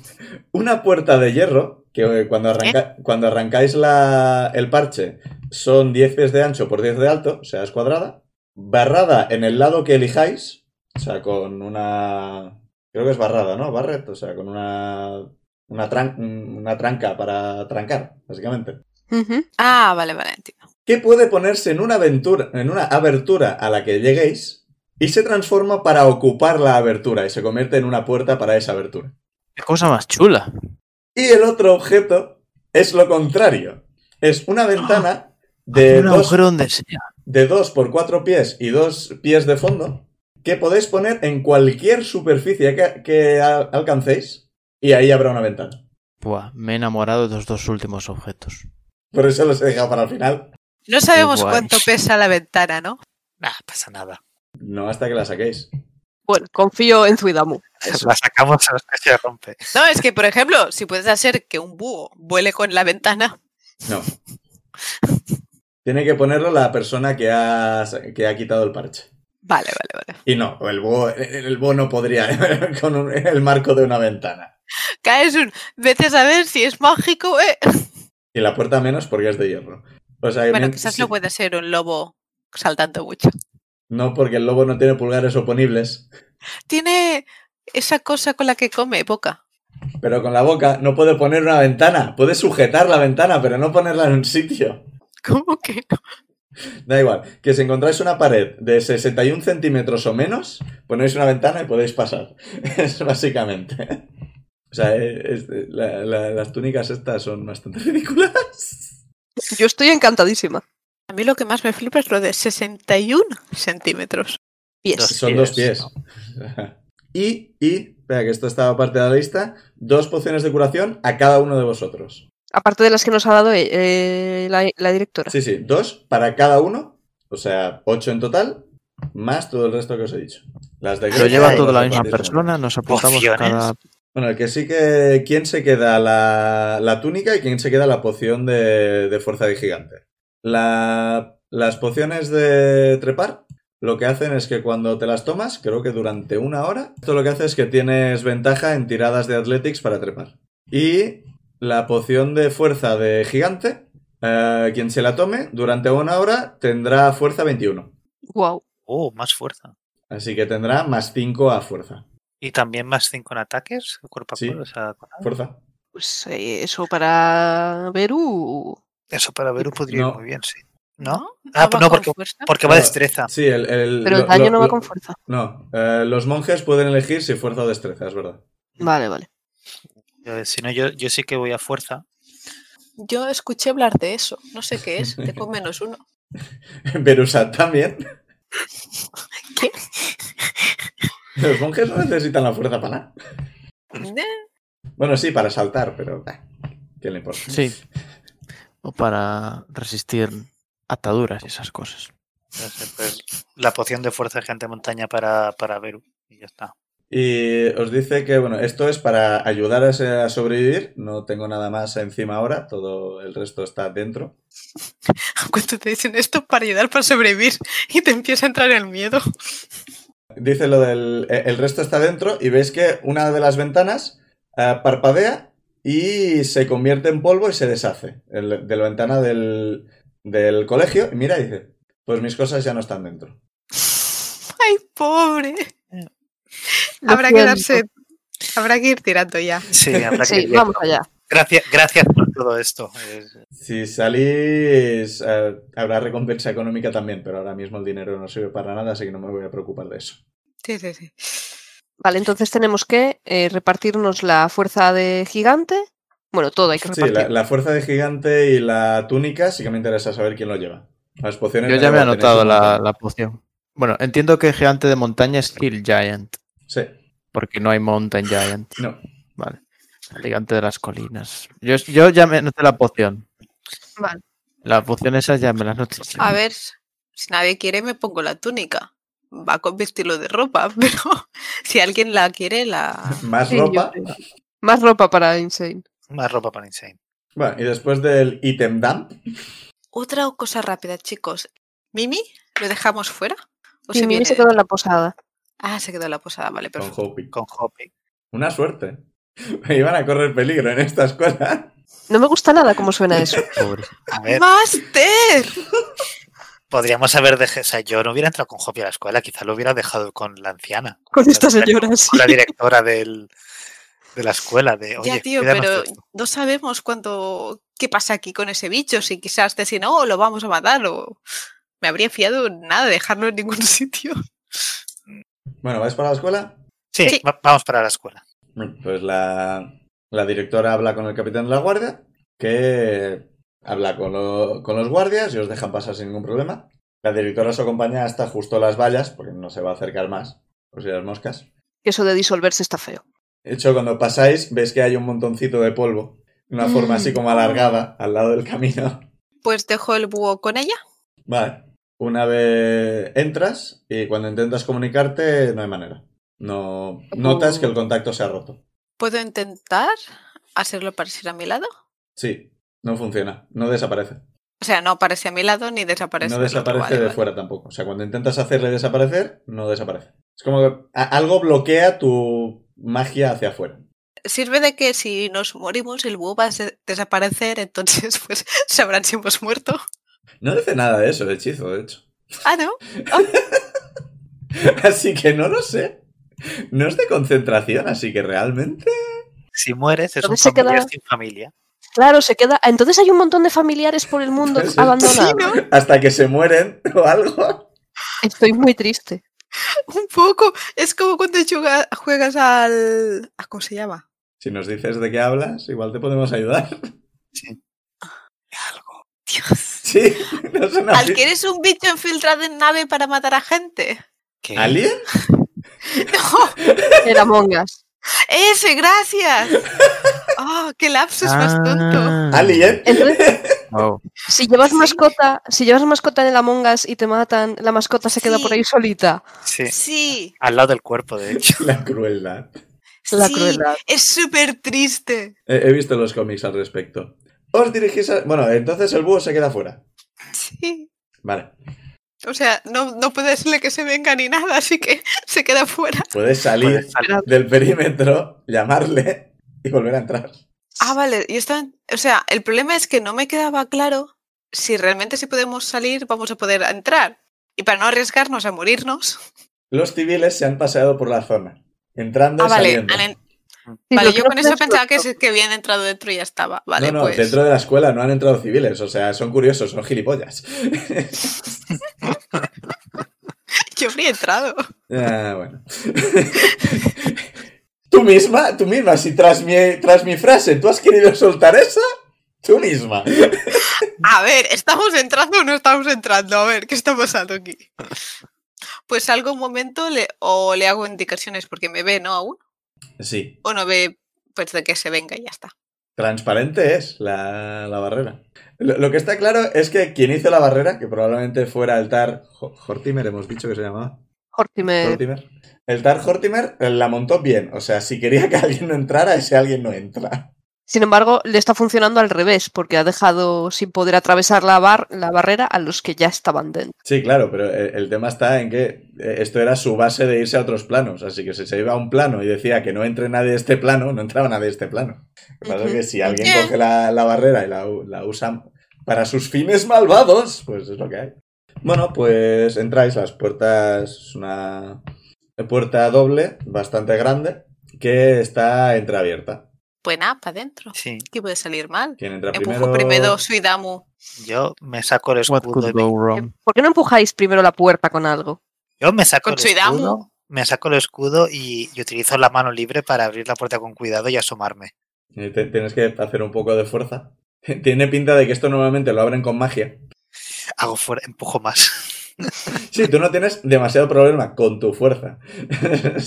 A: una puerta de hierro, que eh, cuando, arranca- cuando arrancáis la- el parche son 10 pies de ancho por 10 de alto, o sea, es cuadrada, barrada en el lado que elijáis, o sea, con una... Creo que es barrada, ¿no? Barret, o sea, con una... Una, tran- una tranca para trancar, básicamente.
C: Ujú.
E: Ah, vale, vale, entiendo.
A: que puede ponerse en una aventura, en una abertura a la que lleguéis y se transforma para ocupar la abertura y se convierte en una puerta para esa abertura.
B: Qué cosa más chula.
A: Y el otro objeto es lo contrario. Es una ventana de
B: un
A: dos,
B: agujero donde sea.
A: de dos por cuatro pies y dos pies de fondo que podéis poner en cualquier superficie que, que al- alcancéis y ahí habrá una ventana.
B: Buah, me he enamorado de los dos últimos objetos.
A: Por eso los he dejado para el final.
E: No sabemos
B: guay.
E: cuánto pesa la ventana, ¿no?
D: nada, pasa nada.
A: No hasta que la saquéis.
C: Bueno, confío en Zuidamu.
D: La sacamos a los que se rompe.
E: No, es que, por ejemplo, si puedes hacer que un búho vuele con la ventana,
A: No. Tiene que ponerlo la persona que ha, que ha quitado el parche.
E: vale, vale, vale.
A: Y no, el búho, el búho no podría con un- el marco de una ventana.
E: Caes un. Vete a saber si es mágico, eh.
A: Y la puerta menos porque es de hierro. O sea, que
E: Bueno,
A: mien-
E: quizás
A: si-
E: no puede ser un lobo saltando mucho.
A: no, porque el lobo no tiene pulgares oponibles,
E: Tiene esa cosa con la que come boca.
A: pero con la boca no puede poner una ventana. Puede sujetar la ventana, pero no ponerla en un sitio.
E: ¿Cómo que no?
A: Da igual, que si encontráis una pared de 61 centímetros o menos, ponéis una ventana y podéis pasar. Es básicamente. O sea, es- es- la- la- las túnicas estas son bastante ridículas.
C: Yo estoy encantadísima.
E: A mí lo que más me flipa es lo de 61 centímetros.
C: Pies.
D: Dos.
A: Son
D: pies,
A: dos pies. Y, y, espera, que esto estaba parte de la lista, dos pociones de curación a cada uno de vosotros.
C: Aparte de las que nos ha dado eh, la, la directora.
A: Sí, sí, dos para cada uno, o sea, ocho en total, más todo el resto que os he dicho. Las de
B: Lo
D: Pero
B: lleva
D: Ay,
B: toda la
A: las
B: misma
A: compartís con-
B: persona, nos apuntamos
D: Pociones.
B: cada...
A: Bueno, el que sí que. ¿Quién se queda la, la túnica y quién se queda la poción de, de fuerza de gigante? La- las pociones de trepar lo que hacen es que cuando te las tomas, creo que durante una hora, esto lo que hace es que tienes ventaja en tiradas de athletics para trepar. Y la poción de fuerza de gigante, eh, quien se la tome, durante una hora tendrá fuerza 21.
C: Wow.
D: Oh, más fuerza.
A: Así que tendrá más 5 a fuerza.
D: Y también más 5 en ataques, cuerpo a
A: Sí.
D: cuerpo. o sea, con-
A: Fuerza.
C: Pues eh, eso para Beru.
D: eso para Beru podría ir
A: No.
D: muy bien, sí. ¿No?
E: ¿No
D: Ah,
E: va
D: no,
E: con
D: porque,
E: fuerza?
D: porque va
A: No.
D: destreza.
A: Sí, el. el-
C: Pero el
A: lo-
C: daño
A: lo-
C: no va
A: lo-
C: con fuerza.
A: No, eh, los monjes pueden elegir si fuerza o destreza, es verdad.
C: Vale, vale.
D: Yo- Si no, yo, yo sí que voy a fuerza.
E: Yo escuché hablar de eso. No sé qué es. Tengo menos uno.
A: Berusat también.
E: ¿Qué?
A: Los monjes no necesitan la fuerza para nada.
E: Eh,
A: Bueno, sí, para saltar, pero. bah, ¿Qué le importa?
B: Sí. O para resistir ataduras y esas cosas.
D: No sé, pues, la poción de fuerza de gente de montaña para, para Beru. Y ya está.
A: Y os dice que, bueno, esto es para ayudar a ese- a sobrevivir. No tengo nada más encima ahora, todo el resto está dentro.
E: Cuando te dicen esto para ayudar para sobrevivir y te empieza a entrar el miedo.
A: Dice lo del. eh, El resto está dentro y veis que una de las ventanas eh, parpadea y se convierte en polvo y se deshace. El- de la ventana del, del colegio. Y mira, y dice: Pues mis cosas ya no están dentro.
E: Ay, pobre.
C: Lo
E: Habrá que
C: siento.
E: darse. Habrá que ir tirando ya.
D: Sí, habrá que
C: Sí, vamos allá.
D: Gracias, gracias por todo esto. Es-
A: Si salís, eh, habrá recompensa económica también, pero ahora mismo el dinero no sirve para nada, así que no me voy a preocupar de eso.
E: Sí, sí, sí.
C: Vale, entonces tenemos que eh, repartirnos la fuerza de gigante. Bueno, todo hay que
A: Sí, la,
C: repartir.
A: la fuerza de gigante y la túnica sí que me interesa saber quién lo lleva. Las pociones.
B: Yo
A: de
B: ya me he
A: nuevo, tenéis
B: anotado
A: un
B: la,
A: montón.
B: la poción. Bueno, entiendo que gigante de montaña es Hill Giant,
A: Sí,
B: porque no hay Mountain Giant.
A: no.
B: Vale. El gigante de las colinas. Yo, yo ya me anoté la poción.
C: Vale.
B: La poción esa ya me la anoté.
E: A ver, si nadie quiere, me pongo la túnica. Va con mi estilo de ropa, pero si alguien la quiere, la.
A: Más
C: Sí, yo
A: ropa.
C: creo. Más ropa para Insane.
D: más ropa para Insane.
A: Bueno, y después del item dump,
E: Otra cosa rápida, chicos. ¿Mimi? ¿Lo dejamos fuera? ¿O
C: Sí,
E: se
C: Mimi
E: viene?
C: se quedó en la posada.
E: Ah, se quedó en la posada, vale,
A: con
E: perfecto.
A: Hopi.
D: Con Hopi.
A: Una suerte. Me iban a correr peligro en esta escuela.
C: No me gusta nada cómo suena eso.
B: Pobre.
D: A ver,
E: ¡Master!
D: podríamos haber dejado. O sea, yo no hubiera entrado con Hopi a la escuela, quizá lo hubiera dejado con la anciana.
C: Con
D: la
C: esta
D: direct-
C: señora, sí.
D: con la directora del, de la escuela. De, Oye,
E: ya, tío,
D: cuídanos de
E: pero
D: esto".
E: no sabemos cuánto. ¿Qué pasa aquí con ese bicho? Si quizás te dicen, oh, lo vamos a matar, o. Me habría fiado nada de dejarlo en ningún sitio.
A: Bueno, ¿vais para la escuela?
D: Sí,
E: Sí.
D: va- vamos para la escuela.
A: Pues la, la directora habla con el capitán de la guardia, que habla con, lo- con los guardias y os dejan pasar sin ningún problema. La directora os acompaña hasta justo las vallas, porque no se va a acercar más, por si las moscas.
C: Que eso de disolverse está feo.
A: De hecho, cuando pasáis, veis que hay un montoncito de polvo, una forma así como alargada al lado del camino.
E: Pues dejo el búho con ella.
A: Vale. Una vez entras y cuando intentas comunicarte, no hay manera. No notas que el contacto se ha roto.
E: ¿Puedo intentar hacerlo aparecer a mi lado?
A: Sí, no funciona. No desaparece.
E: O sea, no aparece a mi lado ni desaparece.
A: no
E: del otro,
A: desaparece
E: vale,
A: de
E: vale.
A: fuera tampoco. O sea, cuando intentas hacerle desaparecer, no desaparece. Es como que a- algo bloquea tu magia hacia afuera.
E: Sirve de que si nos morimos el búho va a se- desaparecer, entonces pues sabrán si hemos muerto.
A: No dice nada de eso el hechizo, de hecho.
E: Ah, ¿no?
A: Así que no lo sé. No es de concentración, así que realmente.
D: Si mueres, es un
C: Entonces se queda-
D: familiar sin familia.
C: Claro, se queda. ah, Entonces hay un montón de familiares por el mundo
A: Sí, sí.
C: abandonados.
A: Hasta que se mueren o algo.
C: Estoy muy triste.
E: Un poco. Es como cuando juga- juegas al... ah, ¿Cómo se llama?
A: Si nos dices de qué hablas, igual te podemos ayudar.
E: Dios.
A: Ah, Sí, no son
E: ¿Al
A: así.
E: que eres un bicho infiltrado en nave para matar a gente?
D: ¿Qué?
A: ¿Alien?
E: ¡No!
C: Era mongas.
E: ¡Ese, gracias! ¡Oh, qué lapsus más tonto!
B: Ah.
A: ¿Alien?
C: Entonces,
B: Oh.
C: si llevas
E: Sí.
C: mascota, si llevas mascota en el Among Us y te matan, la mascota se queda
E: Sí.
C: por ahí solita.
D: Sí,
E: Sí,
D: al lado del cuerpo, de hecho.
A: La crueldad.
C: La
E: sí,
C: crueldad.
E: es súper triste.
A: He, he visto los cómics al respecto. Os dirigís a... Bueno, entonces el búho se queda fuera.
E: Sí.
A: Vale.
E: O sea, no, no puede decirle que se venga ni nada, así que se queda fuera.
A: Puedes salir
D: Puedes salir.
A: del perímetro, llamarle y volver a entrar.
E: Ah, vale. Yo estaba... O sea, el problema es que no me quedaba claro si realmente si podemos salir vamos a poder entrar. Y para no arriesgarnos a morirnos.
A: Los civiles se han paseado por la zona. Entrando
E: Ah,
A: y
E: vale.
A: saliendo.
E: han en-
C: Sí,
E: Vale,
C: lo que
E: yo
C: no
E: con eso
C: puedes-
E: pensaba que, se- que habían entrado dentro y ya estaba. Vale,
A: no, no,
E: pues.
A: dentro de la escuela no han entrado civiles, o sea, son curiosos, son gilipollas.
E: Yo habría entrado.
A: Ah, bueno. tú misma, tú misma, si tras mi, tras mi frase tú has querido soltar esa, tú misma.
E: A ver, ¿estamos entrando o no estamos entrando? A ver, ¿qué está pasando aquí? Pues algún momento le, o le hago indicaciones porque me ve, ¿no? Aún.
A: Sí,
E: O no ve, pues de que se venga y ya está.
A: transparente es la, la barrera. Lo, lo que está claro es que quien hizo la barrera, que probablemente fuera el Tar Jo- Hortimer, hemos dicho que se llamaba.
C: Hortimer.
A: Hortimer. El Tar Hortimer eh, la montó bien, o sea, si quería que alguien no entrara, ese alguien no entra.
C: Sin embargo, le está funcionando al revés, porque ha dejado sin poder atravesar la, bar- la barrera a los que ya estaban dentro.
A: Sí, claro, pero eh, el tema está en que eh, esto era su base de irse a otros planos, así que si se iba a un plano y decía que no entre nadie de este plano, no entraba nadie de este plano. Lo que pasa es que si alguien
E: Ya.
A: coge la, la barrera y la, u- la usa para sus fines malvados, pues es lo que hay. Bueno, pues entráis, las puertas es una puerta doble, bastante grande, que está entreabierta.
E: Pues nada, para adentro.
D: Sí,
E: ¿Qué puede salir mal?
A: ¿Quién entra
E: Empujo primero Suidamu.
D: yo me saco
A: Pues
D: el
B: What
D: escudo.
B: could
D: y me-
B: go wrong?
C: ¿Por qué no empujáis primero la puerta con algo?
D: Yo me saco
E: Con
D: el escudo.
E: Suidamu.
D: Me saco el escudo y, y utilizo la mano libre para abrir la puerta con cuidado y asomarme.
A: Eh, te- Tienes que hacer un poco de fuerza. Tiene pinta de que esto normalmente lo abren con magia.
D: Hago fuera, empujo más.
A: Sí, tú no tienes demasiado problema con tu fuerza.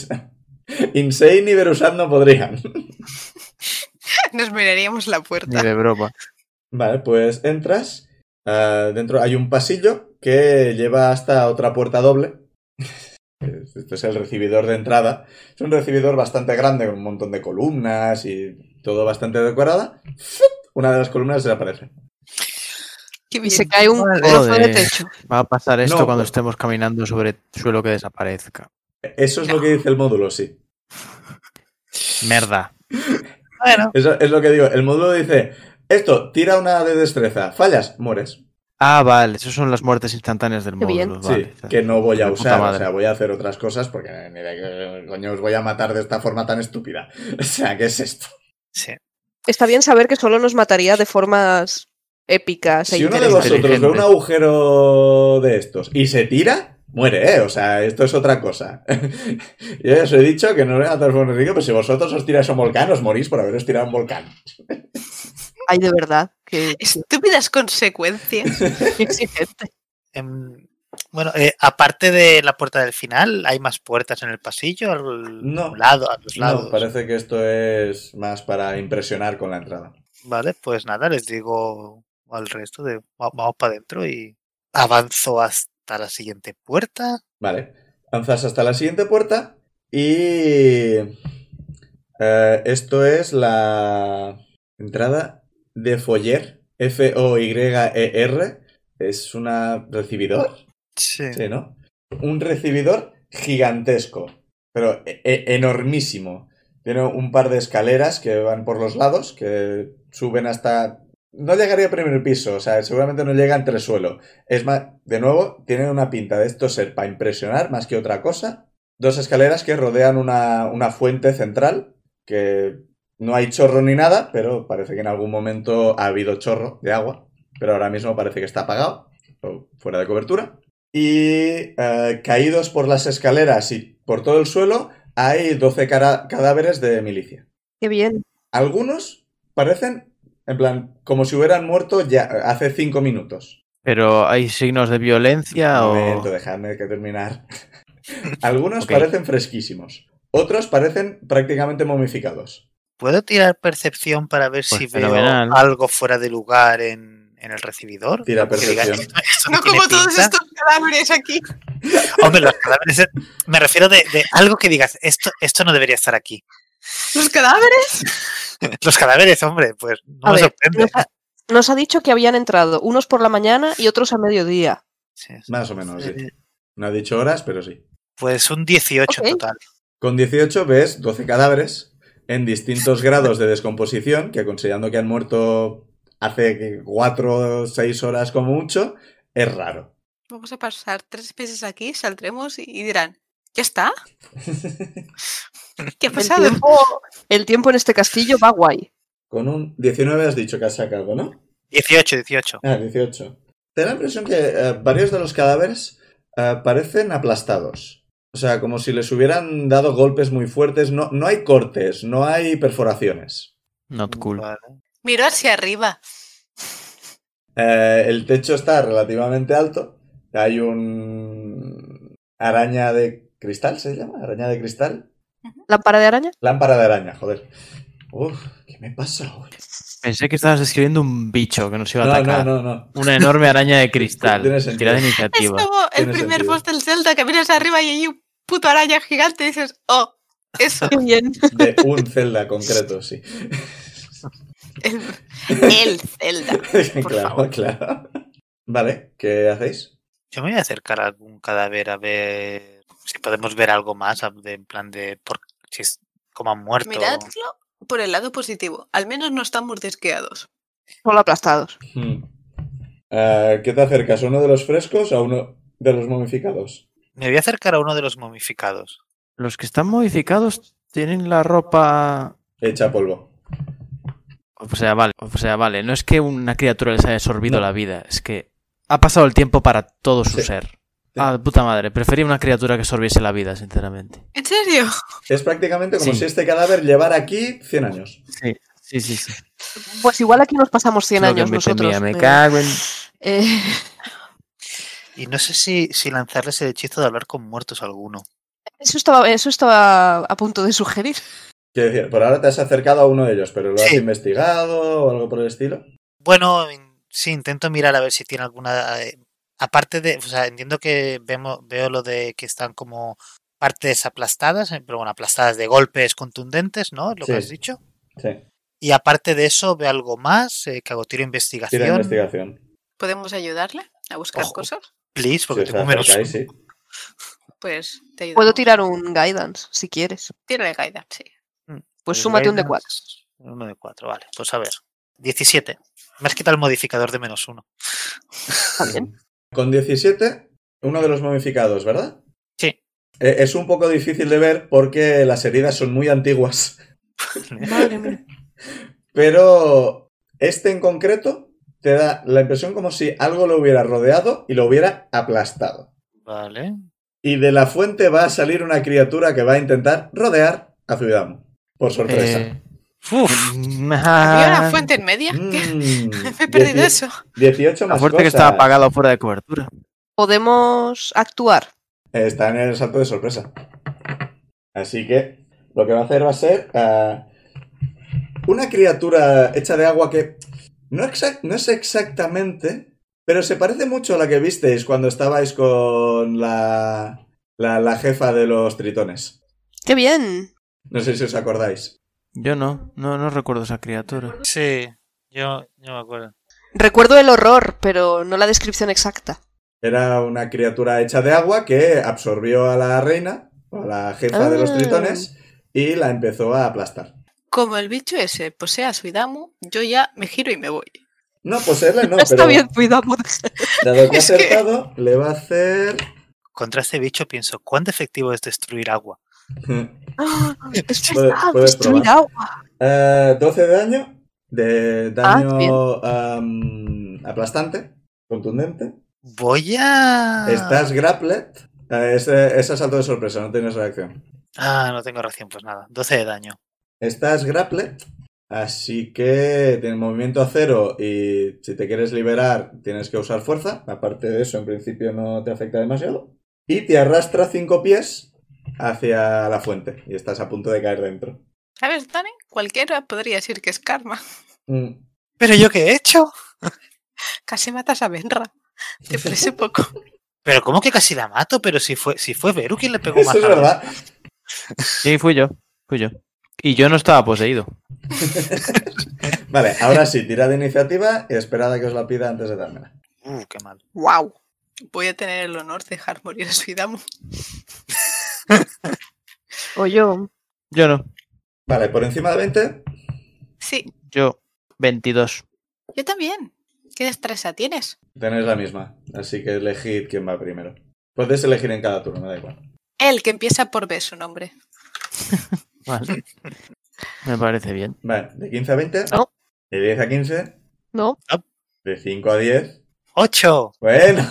A: Insane y Berusat no podrían.
E: Nos miraríamos la
B: Ni
E: puerta.
B: de broma.
A: Vale, pues entras. ah, dentro hay un pasillo que lleva hasta otra puerta doble. Esto es el recibidor de entrada. Es un recibidor bastante grande, con un montón de columnas y todo bastante decorada. ¡Fup! Una de las columnas desaparece.
E: Qué
C: Y se
E: bien.
C: cae un
D: Madre.
C: trozo de
B: Joder.
C: techo.
B: Va a pasar esto
A: No,
B: cuando
A: pues-
B: estemos caminando sobre suelo que desaparezca.
A: Eso es lo que dice el módulo, sí.
B: Merda.
D: Bueno,
A: Eso es lo que digo. El módulo dice, esto, tira una de destreza. Fallas, mueres.
B: Ah, vale, esas son las muertes instantáneas del
C: Qué
B: módulo.
C: bien.
A: Sí,
B: vale.
A: que no voy a
B: De puta
A: usar, o
B: madre.
A: sea, voy a hacer otras cosas porque ni de coño os voy a matar de esta forma tan estúpida. O sea, ¿qué es esto?
D: sí.
C: Está bien saber que solo nos mataría de formas épicas e
A: Si uno de
C: interesantes.
A: vosotros ve un
B: Inteligente.
A: agujero de estos y se tira, muere, ¿eh? O sea, esto es otra cosa. Yo ya os he dicho que no voy a matar por un rico, pero si vosotros os tiráis a un volcán, os morís por haberos tirado a un volcán.
C: Ay, de verdad, que
E: Estúpidas consecuencias.
C: que exigente.
D: Em, bueno, eh, aparte de la puerta del final, ¿hay más puertas en el pasillo? Al
A: No.
D: lado, a los lados.
A: No, parece que esto es más para impresionar con la entrada.
D: Vale, pues nada, les digo al resto de "Va- vamos para adentro y avanzo hasta la siguiente puerta.
A: Vale. Avanzas hasta la siguiente puerta y... eh, esto es la entrada de Foyer, F-O-Y-E-R. E Es una recibidor,
D: Sí.
A: sí, ¿no? Un recibidor gigantesco, pero e- e- enormísimo. Tiene un par de escaleras que van por los lados, que suben hasta... No llegaría al primer piso, o sea, seguramente no llega entre suelo. Es más, de nuevo, tiene una pinta de esto ser para impresionar más que otra cosa. Dos escaleras que rodean una, una fuente central, que no hay chorro ni nada, pero parece que en algún momento ha habido chorro de agua, pero ahora mismo parece que está apagado, o fuera de cobertura. Y eh, caídos por las escaleras y por todo el suelo, hay 12 cara- cadáveres de milicia.
C: Qué bien.
A: Algunos parecen, en plan, como si hubieran muerto ya hace 5 minutos.
B: Pero hay signos de violencia
A: Un
B: o...
A: momento, dejadme que terminar. Algunos
B: Ok.
A: parecen fresquísimos, otros parecen prácticamente momificados.
D: ¿Puedo tirar percepción para ver
B: Pues
D: si
B: fenomenal.
D: veo algo fuera de lugar en, en el recibidor?
A: Tira
D: Algo que diga,
A: percepción.
D: "Esto- esto
E: No
D: tiene
E: como todos
D: pinta".
E: estos cadáveres aquí.
D: Hombre, los cadáveres. eh, Me refiero de, de algo que digas, esto, esto no debería estar aquí.
E: ¿Los cadáveres?
D: Los cadáveres, hombre, pues no
C: A
D: me
C: ver,
D: sorprende.
C: nos ha, nos ha dicho que habían entrado unos por la mañana y otros a mediodía.
D: Sí, sí.
A: Más o menos, sí.
D: Eh,
A: No ha dicho horas, pero sí.
D: Pues un 18
C: Ok.
D: en total.
A: Con 18 ves 12 cadáveres en distintos grados de descomposición, que considerando que han muerto hace 4 o 6 horas como mucho, es raro.
E: Vamos a pasar tres meses aquí, saldremos y, y dirán, ¿ya está? ¿Qué ha
C: El
E: pasado?
C: tiempo, el tiempo en este castillo va guay.
A: Con un 19 has dicho que has sacado, ¿no?
D: 18, 18.
A: Ah, 18. Te da la impresión que eh, varios de los cadáveres eh, parecen aplastados. O sea, como si les hubieran dado golpes muy fuertes. No, no hay cortes, no hay perforaciones.
B: Not cool.
D: Vale.
E: Miro hacia arriba.
A: Eh, el techo está relativamente alto. Hay un araña de cristal, ¿se llama? Araña de cristal.
C: ¿Lámpara de araña?
A: Lámpara de araña, joder. Uf, ¿qué me pasa hoy?
B: Pensé que estabas escribiendo un bicho que nos iba a
A: No, no,
B: atacar.
A: no, no.
B: Una enorme araña de cristal.
A: Tiene sentido.
B: Tirada de
E: Es
B: iniciativa.
E: como el
A: tiene
E: primer
A: sentido.
E: boss del Zelda que miras arriba y hay un puto araña gigante y dices, oh, eso.
C: Qué bien.
A: De un Zelda concreto, sí.
E: El, el Zelda. Por
A: claro,
E: favor.
A: claro. Vale, ¿qué hacéis?
D: Yo me voy a acercar a algún cadáver a ver si podemos ver algo más, a- de- en plan de por, si es como han muerto.
E: Miradlo por el lado positivo. Al menos no están mordisqueados.
C: Solo aplastados.
A: Hmm. Eh, ¿Qué te acercas? ¿A uno de los frescos o a uno de los momificados?
D: Me voy a acercar a uno de los momificados.
B: Los que están modificados tienen la ropa...
A: Echa polvo.
B: O sea, vale. O sea, vale. No es que una criatura les haya absorbido
A: No.
B: la vida. Es que ha pasado el tiempo para todo su
A: Sí.
B: ser. Ah, puta madre. Prefería una criatura que absorbiese la vida, sinceramente.
E: ¿En serio?
A: Es prácticamente como
B: Sí.
A: si este cadáver llevara aquí 100 años.
B: Sí, sí, sí. sí.
C: Pues igual aquí nos pasamos 100
B: Lo que
C: años
B: me
C: nosotros.
B: temía, me
C: eh,
B: cago en...
C: eh,
D: Y no sé si, si lanzarles el hechizo de hablar con muertos alguno.
C: eso, estaba, eso estaba a punto de sugerir.
A: Quiero decir, por ahora te has acercado a uno de ellos, pero lo has
D: Sí.
A: investigado o algo por el estilo.
D: Bueno, in- sí, intento mirar a ver si tiene alguna. eh, Aparte de. O sea, entiendo que vemos, veo lo de que están como partes aplastadas, eh, pero bueno, aplastadas de golpes contundentes, ¿no? Es lo
A: Sí.
D: que has dicho.
A: Sí,
D: Y aparte de eso, veo algo más, eh, que hago tiro investigación.
A: tira investigación.
E: ¿Podemos ayudarle a buscar
D: Ojo.
E: cosas?
D: Please, porque
A: Si os
D: tengo menos.
A: acercáis, sí.
E: Pues te ayudo.
C: Puedo tirar un guidance si quieres.
E: Tírale Gaida, sí.
C: Pues
D: El
C: súmate un de
D: guidance,
C: 4.
D: Uno de cuatro, vale. Pues a ver. 17. Me has quitado el modificador de menos uno.
A: Con 17, uno de los momificados, ¿verdad?
D: Sí.
A: Eh, es un poco difícil de ver porque las heridas son muy antiguas,
C: Madre mía.
A: pero este en concreto te da la impresión como si algo lo hubiera rodeado y lo hubiera aplastado.
D: Vale.
A: Y de la fuente va a salir una criatura que va a intentar rodear a Zuidamu. Por sorpresa.
B: Eh,
D: Uf,
E: ¿Había una
B: ah,
E: fuente en media? ¿Qué?
A: Mm,
E: Me he perdido
A: 18
E: eso.
A: 18
B: La
A: más
B: fuerte que
A: cosas.
B: estaba apagada o fuera de cobertura.
C: Podemos actuar.
A: Eh, Está en el salto de sorpresa. Así que lo que va a hacer va a ser ah, una criatura hecha de agua que no, exac- no es exactamente, pero se parece mucho a la que visteis cuando estabais con la, la, la jefa de los tritones.
C: ¡Qué bien!
A: No sé si os acordáis.
B: Yo no, no, no recuerdo esa criatura.
D: sí. Yo, yo me acuerdo.
C: Recuerdo el horror, pero no la descripción exacta.
A: Era una criatura hecha de agua que absorbió a la reina, o a la jefa de los
C: Ah.
A: tritones, y la empezó a aplastar.
E: Como el bicho ese posea a Suidamu, yo ya me giro y me voy.
A: No, poseerla no,
C: Está
A: pero
C: bien, cuidado.
A: dado que ha
E: Es que-
A: acertado, le va a hacer...
D: Contra este bicho pienso, ¿cuán efectivo es destruir agua?
C: Ah, es
A: Puedes-
C: verdad, pues
A: puedes
C: destruir
A: probar.
C: agua.
A: Eh, 12 de daño, de
C: bien.
A: daño
C: Ah,
A: am, aplastante, contundente.
D: Voy
C: Ah.
D: a...
A: Estás grapplet. Eh, ese, ese asalto de sorpresa, no tienes reacción.
D: Ah, no tengo recién, pues nada. 12 de daño.
A: Estás grapplet, así que tienes movimiento a cero y si te quieres liberar tienes que usar fuerza. Aparte de eso, en principio no te afecta demasiado. Y te arrastra cinco pies hacia la fuente y estás a punto de caer dentro.
E: ¿Sabes, Dani? Cualquiera podría decir que es karma.
A: Mm.
D: ¿Pero yo qué he hecho?
E: Casi matas a Benra. Te parece poco.
D: ¿Pero cómo que casi la mato? Pero si fue, si fue Beru quien le pegó
A: Eso
D: más.
A: es
D: a Beru.
A: verdad.
B: Sí, fui yo. Fui yo. Y yo no estaba poseído.
A: Vale, ahora sí, tirad iniciativa y esperad a que os la pida antes de dármela.
D: Uh, qué mal.
E: ¡Wow! Voy a tener el honor de dejar morir a Suidamu.
C: O yo.
B: Yo no.
A: Vale, por encima de 20,
E: Sí,
B: Yo, 22.
E: yo también. ¿Qué destreza tienes?
A: tenéis la misma. Así que elegid quién va primero. Podéis elegir en cada turno, me da igual.
E: El que empieza por B su nombre.
B: Vale. Me parece bien.
A: Vale, de 15 a 20.
C: No.
A: De 10 a 15.
C: No,
A: De 5 a 10.
D: ¡Ocho!
A: Bueno.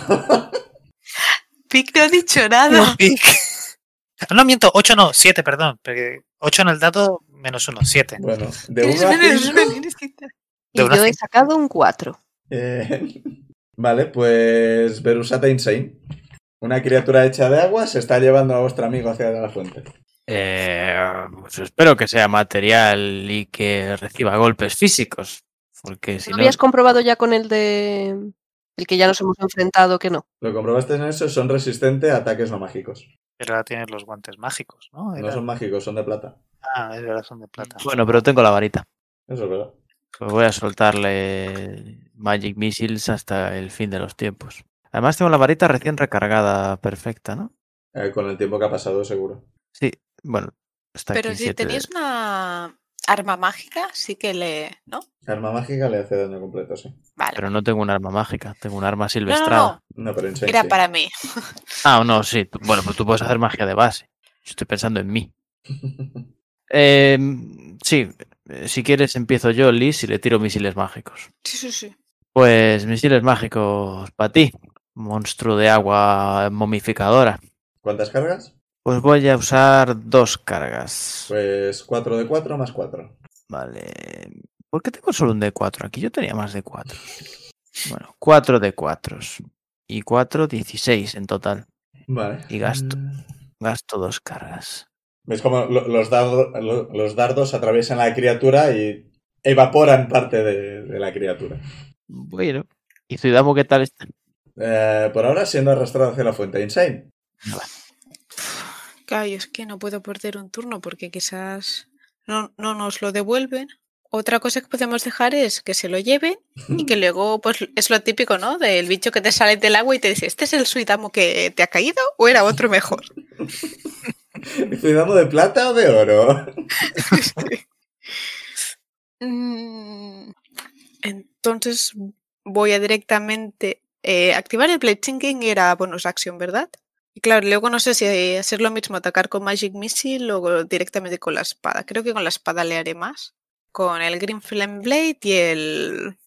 E: Pic no ha dicho nada.
D: Pic. Ah, no, miento. Ocho no. Siete, perdón. Porque ocho en el dado, menos uno. Siete.
A: bueno, de 1
E: Tienes
A: a
E: menos
A: 5.
E: uno, tienes que-
C: y
D: De una
C: yo he
D: cinco.
C: sacado un 4.
A: Eh, vale, pues Verusata Insane. Una criatura hecha de agua se está llevando a vuestro amigo hacia la fuente.
B: Eh, pues espero que sea material y que reciba golpes físicos. Porque si
C: ¿Lo
B: no.
C: habías comprobado ya con el de. el que ya nos hemos enfrentado que no?
A: Lo comprobaste en eso, son resistentes a ataques no mágicos.
D: Pero ahora tienes los guantes mágicos, ¿no?
A: No
D: Era-
A: son mágicos, son de plata.
D: Ah, es verdad, son de plata.
B: Bueno, pero tengo la varita.
A: Eso es verdad.
B: Pues voy a soltarle Magic Missiles hasta el fin de los tiempos. Además tengo la varita recién recargada perfecta, ¿no?
A: Eh, con el tiempo que ha pasado, seguro.
B: Sí, bueno, está
E: Pero
B: aquí
E: si
B: siete de-
E: tenéis una arma mágica, sí que le. ¿No?
A: Arma mágica le hace daño completo, sí.
E: Vale.
B: Pero no tengo un arma mágica, tengo un arma
E: no, no,
B: silvestrada.
E: no.
A: No, pero Insane.
E: Era
A: sí.
E: para mí.
B: Ah, no, sí. tú- bueno, pues tú puedes hacer magia de base. Yo estoy pensando en mí. Eh, sí, eh, si quieres empiezo yo, Liz, y le tiro misiles mágicos.
E: Sí, sí, sí.
B: Pues misiles mágicos para ti, monstruo de agua momificadora.
A: ¿Cuántas cargas?
B: Pues voy a usar dos cargas.
A: Pues 4 de 4 más 4.
B: Vale. ¿Por qué tengo solo un D4? Aquí yo tenía más de 4. Bueno, 4 D4. Y 4, 16 en total.
A: Vale.
B: Y gasto.
A: Mm.
B: Gasto dos cargas.
A: ¿Ves cómo lo- los, dardo- lo- los dardos atraviesan la criatura y evaporan parte de, de la criatura?
B: Bueno. ¿Y Zuidamo qué tal está?
A: Eh, por ahora siendo arrastrado hacia la fuente. Insane.
E: Claro, yo es que no puedo perder un turno porque quizás no, no nos lo devuelven. Otra cosa que podemos dejar es que se lo lleven y que luego, pues es lo típico, ¿no? Del bicho que te sale del agua y te dice, ¿este es el suitamo que te ha caído o era otro mejor?
A: ¿Cuidamos de plata o de oro?
E: Mm, Entonces voy a directamente eh, activar el Blade Thinking era bonus action, ¿verdad? Y claro, luego no sé si eh, hacer lo mismo, atacar con Magic Missile o directamente con la espada. Creo que con la espada le haré más. Con el Green Flame Blade y el...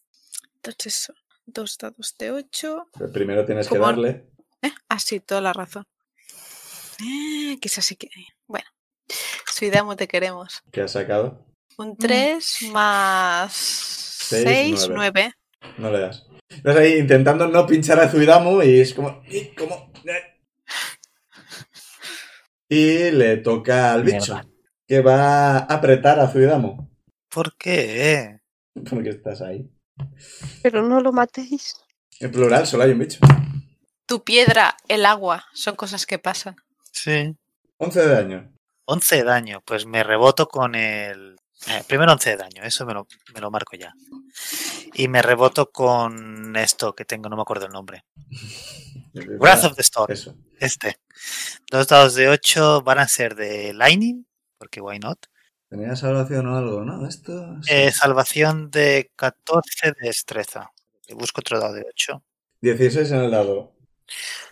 E: Entonces, son dos dados de 8.
A: Pero Primero tienes que
E: Como-
A: darle.
E: ¿Eh? Ah, sí, toda la razón. Eh, quizás sí que... Bueno, Suidamo, te queremos.
A: que has sacado?
E: Un 3 más 6,
A: nueve.
E: 9.
A: No le das. Estás ahí intentando no pinchar a Zuidamu y es como... Y, como- y le toca al bicho.
B: Mierda.
A: Que va a apretar a Zuidamu.
D: ¿Por qué?
A: Porque estás ahí.
C: Pero no lo matéis.
A: En plural, solo hay un bicho.
E: Tu piedra, el agua, son cosas que pasan.
D: Sí.
A: 11 de daño.
D: 11 de daño. Pues me reboto con el. eh, primero 11 de daño, eso me lo, me lo marco ya. Y me reboto con esto que tengo, no me acuerdo el nombre. Wrath of the Storm,
A: Eso.
D: este. Dos dados de 8 van a ser de Lightning porque why not?
A: Tenía salvación o algo, ¿no? Esto. sí.
D: Eh, salvación de 14 de destreza. Le busco otro dado de 8.
A: 16 en el dado.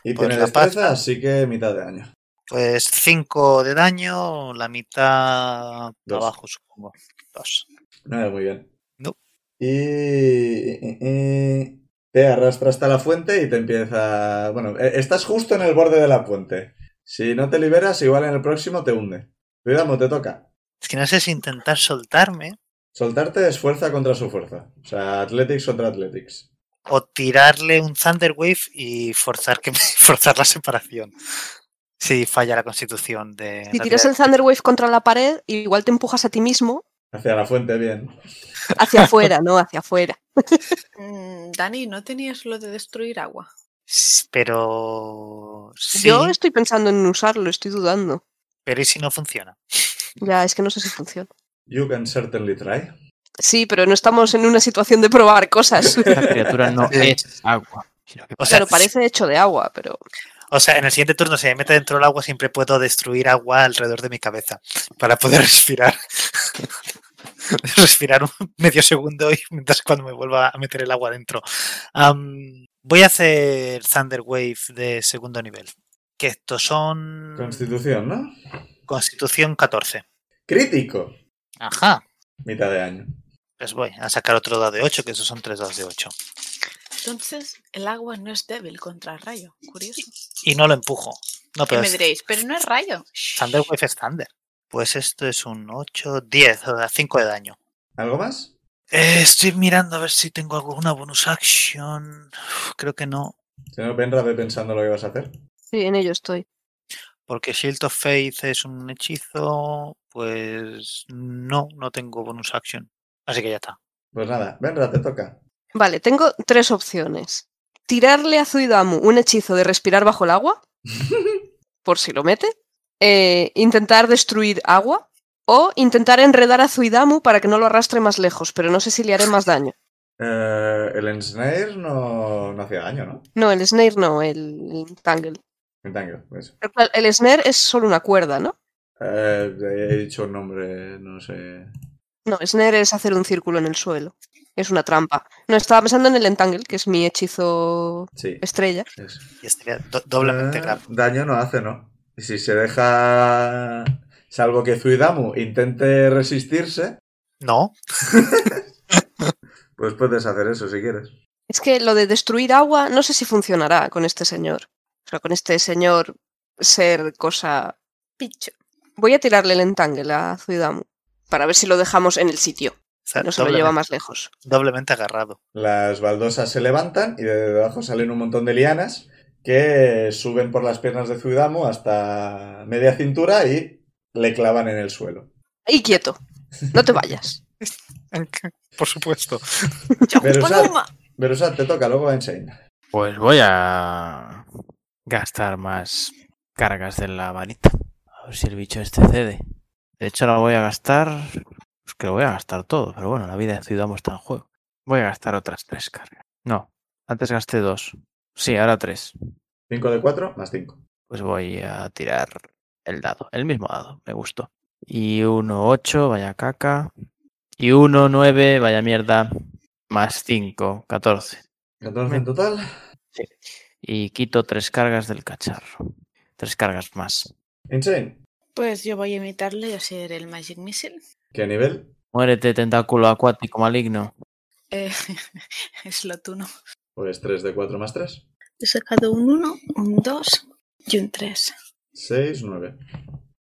A: Y
D: Pues
A: tiene
D: la paz-
A: destreza, así que mitad de año.
D: Pues 5 de daño, la mitad
A: Dos.
D: abajo, supongo. 2.
A: Nada, muy bien.
D: No.
A: Y, y- y- te arrastra hasta la fuente y te empieza... Bueno, eh, estás justo en el borde de la fuente. Si no te liberas, igual en el próximo te hunde. Cuidado, te toca.
D: Es que no sé si intentar soltarme
A: Soltarte es fuerza contra su fuerza. O sea, Athletics contra Athletics.
D: o tirarle un Thunder Wave y forzar, que me- forzar la separación. Si falla la constitución de.
C: Si
D: la
C: tiras
D: tirada.
C: el Thunderwave contra la pared, igual te empujas a ti mismo
A: Hacia la fuente, bien.
C: hacia afuera, no hacia afuera.
E: Mm, Dani, ¿no tenías lo de destruir agua?
D: S- Pero. Sí,
C: Yo estoy pensando en usarlo, estoy dudando.
D: pero ¿y si no funciona?
C: Ya, es que no sé si funciona.
A: You can certainly try.
C: Sí, pero no estamos en una situación de probar cosas.
B: Esta criatura no
D: Sí.
B: es agua. sino que
D: Eh, O sea,
C: Claro, parece hecho de agua, pero
D: o sea, en el siguiente turno, si me mete dentro del agua, siempre puedo destruir agua alrededor de mi cabeza para poder respirar. respirar un medio segundo y mientras cuando me vuelva a meter el agua dentro. Am, voy a hacer Thunder Wave de segundo nivel. Que estos son.
A: Constitución, ¿no?
D: Constitución 14.
A: Crítico.
D: Ajá.
A: Mitad de año.
D: Pues voy a sacar otro dado de 8, que esos son tres dados de 8.
E: Entonces, el agua no es débil contra el rayo. Curioso.
D: Y no lo empujo. No,
E: ¿Qué
D: pero
E: me
D: es-
E: diréis? Pero no es rayo.
D: Thunder Wave es Thunder. Pues esto es un 8, 10, o sea, 5 de daño.
A: ¿Algo más?
D: Eh, estoy mirando a ver si tengo alguna bonus action. Uf, Creo que no,
A: Si no, Benra, ve pensando lo que vas a hacer.
C: sí, en ello estoy.
D: porque Shield of Faith es un hechizo. Pues no, no tengo bonus action. Así que ya está.
A: Pues nada, Benra, te toca.
C: Vale, tengo tres opciones. Tirarle a Zuidamu un hechizo de respirar bajo el agua, por si lo mete. eh, intentar destruir agua. O intentar enredar a Zuidamu para que no lo arrastre más lejos, pero no sé si le haré más daño.
A: Eh, el ensnare no, no hacía daño, ¿no?
C: No, el snare no, el tangle.
A: Me tango, pues.
C: Pero claro, el snare es solo una cuerda, ¿no?
A: Eh, he dicho un nombre, no sé.
C: No, snare es hacer un círculo en el suelo. Es una trampa. No, estaba pensando en el entangle, que es mi hechizo
A: Sí.
C: estrella.
A: es.
D: Y estaría do- doblemente
C: Ah.
A: Eh,
D: grave.
A: daño no hace, ¿no? Y si se deja. Salvo que Zuidamu intente resistirse,
D: No,
A: pues puedes hacer eso si quieres.
C: Es que lo de destruir agua no sé si funcionará con este señor. O sea, con este señor ser cosa...
E: Picho.
C: Voy a tirarle el entangle a Zuidamu para ver si lo dejamos en el sitio.
D: o sea,
C: No se lo
D: doblemente-
C: lleva más lejos.
D: doblemente agarrado.
A: Las baldosas se levantan y de debajo salen un montón de lianas que suben por las piernas de Zuidamu hasta media cintura y le clavan en el suelo.
C: Y quieto. No te vayas.
D: Por supuesto.
A: Pero, o sea,
E: Paloma.
A: Berusat, te toca, luego va Insane.
B: Pues voy a gastar más cargas de la varita. A ver si el bicho este cede. De hecho, la voy a gastar. Pues que lo voy a gastar todo, pero bueno, la vida de Ciudadamo está en juego. Voy a gastar otras tres cargas. No, antes gasté dos. Sí, ahora tres.
A: 5 de 4 más 5.
B: Pues voy a tirar el dado, el mismo dado, me gustó. Y uno ocho, vaya caca. Y uno nueve, vaya mierda. Más 5, 14.
A: 14 en total.
B: Y quito tres cargas del cacharro. Tres cargas más.
A: Insane.
E: Pues yo voy a imitarle y hacer el Magic Missile.
A: ¿Qué nivel?
B: Muérete, tentáculo acuático maligno.
E: Eh, es lo tuno.
A: Pues 3 de 4 más 3.
E: He sacado un 1, un 2 y un 3.
A: 6, 9.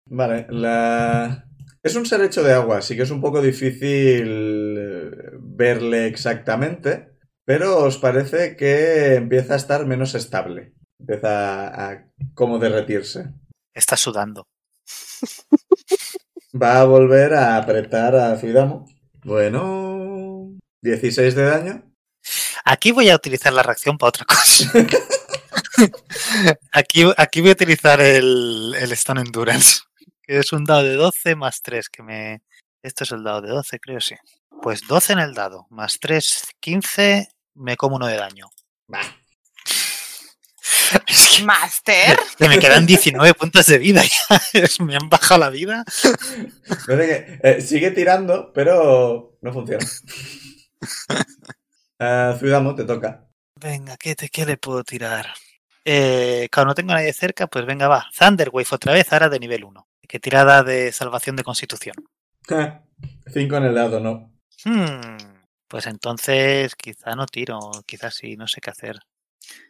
A: Vale, la... Es un ser hecho de agua, así que es un poco difícil eh, verle exactamente, pero os parece que empieza a estar menos estable. Empieza a, a como derretirse.
D: Está sudando.
A: Va a volver a apretar a Zuidamu. Bueno... 16 de daño.
D: Aquí voy a utilizar la reacción para otra cosa. aquí, aquí voy a utilizar el, el Stone Endurance, que es un dado de 12 más 3, que me... Esto es el dado de 12, creo, sí. Pues 12 en el dado, más 3, 15, me como uno de daño.
A: Bah.
D: Es que,
E: Master.
D: que me quedan 19 puntos de vida ya. Es- Me han bajado la vida.
A: Parece que, eh, sigue tirando, pero no funciona. Eh, Zuidamo, te toca.
D: Venga, ¿qué, te, qué le puedo tirar? Eh, cuando no tengo a nadie cerca, pues venga, va. Thunderwave otra vez, ahora de nivel 1. Que tirada de salvación de constitución.
A: Cinco en el dado, no.
D: Hmm, pues entonces quizá no tiro, quizás sí, no sé qué hacer.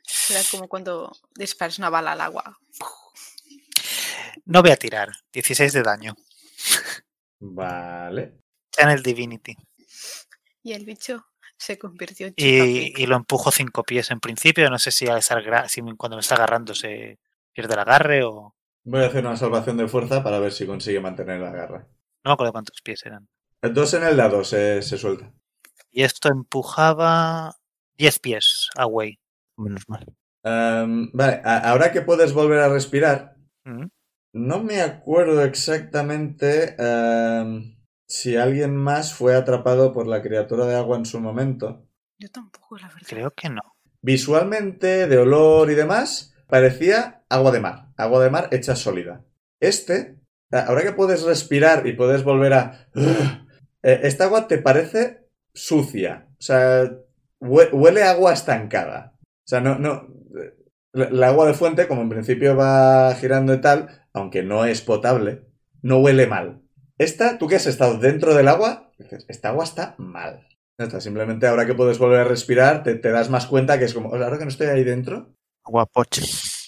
E: Será como cuando disparas una bala al agua.
D: No voy a tirar. 16 de daño.
A: Vale.
D: Channel Divinity.
E: Y el bicho se convirtió en
D: Y,
E: chica
D: y lo empujo 5 pies en principio. No sé si, al salgra- si cuando me está agarrando se pierde el agarre o.
A: Voy a hacer una salvación de fuerza para ver si consigue mantener la garra.
D: No me acuerdo cuántos pies eran.
A: Eh, Dos en el dado se, se suelta.
D: Y esto empujaba 10 pies away.
B: Menos mal.
A: Em, vale, a- ahora que puedes volver a respirar,
D: Mm.
A: no me acuerdo exactamente em, si alguien más fue atrapado por la criatura de agua en su momento.
E: Yo tampoco, la verdad.
D: Creo que no.
A: Visualmente, de olor y demás, parecía agua de mar, agua de mar hecha sólida. Este, a- ahora que puedes respirar y puedes volver a... eh, Esta agua te parece sucia, o sea, hue- huele a agua estancada. O sea, no, no... eh, la- La agua de fuente, como en principio va girando y tal, aunque no es potable, no huele mal. Esta, tú que has estado dentro del agua, dices, esta agua está mal. Ya está, simplemente ahora que puedes volver a respirar, te, te das más cuenta que es como, "O sea, ahora que no estoy ahí dentro.
B: Guapoche.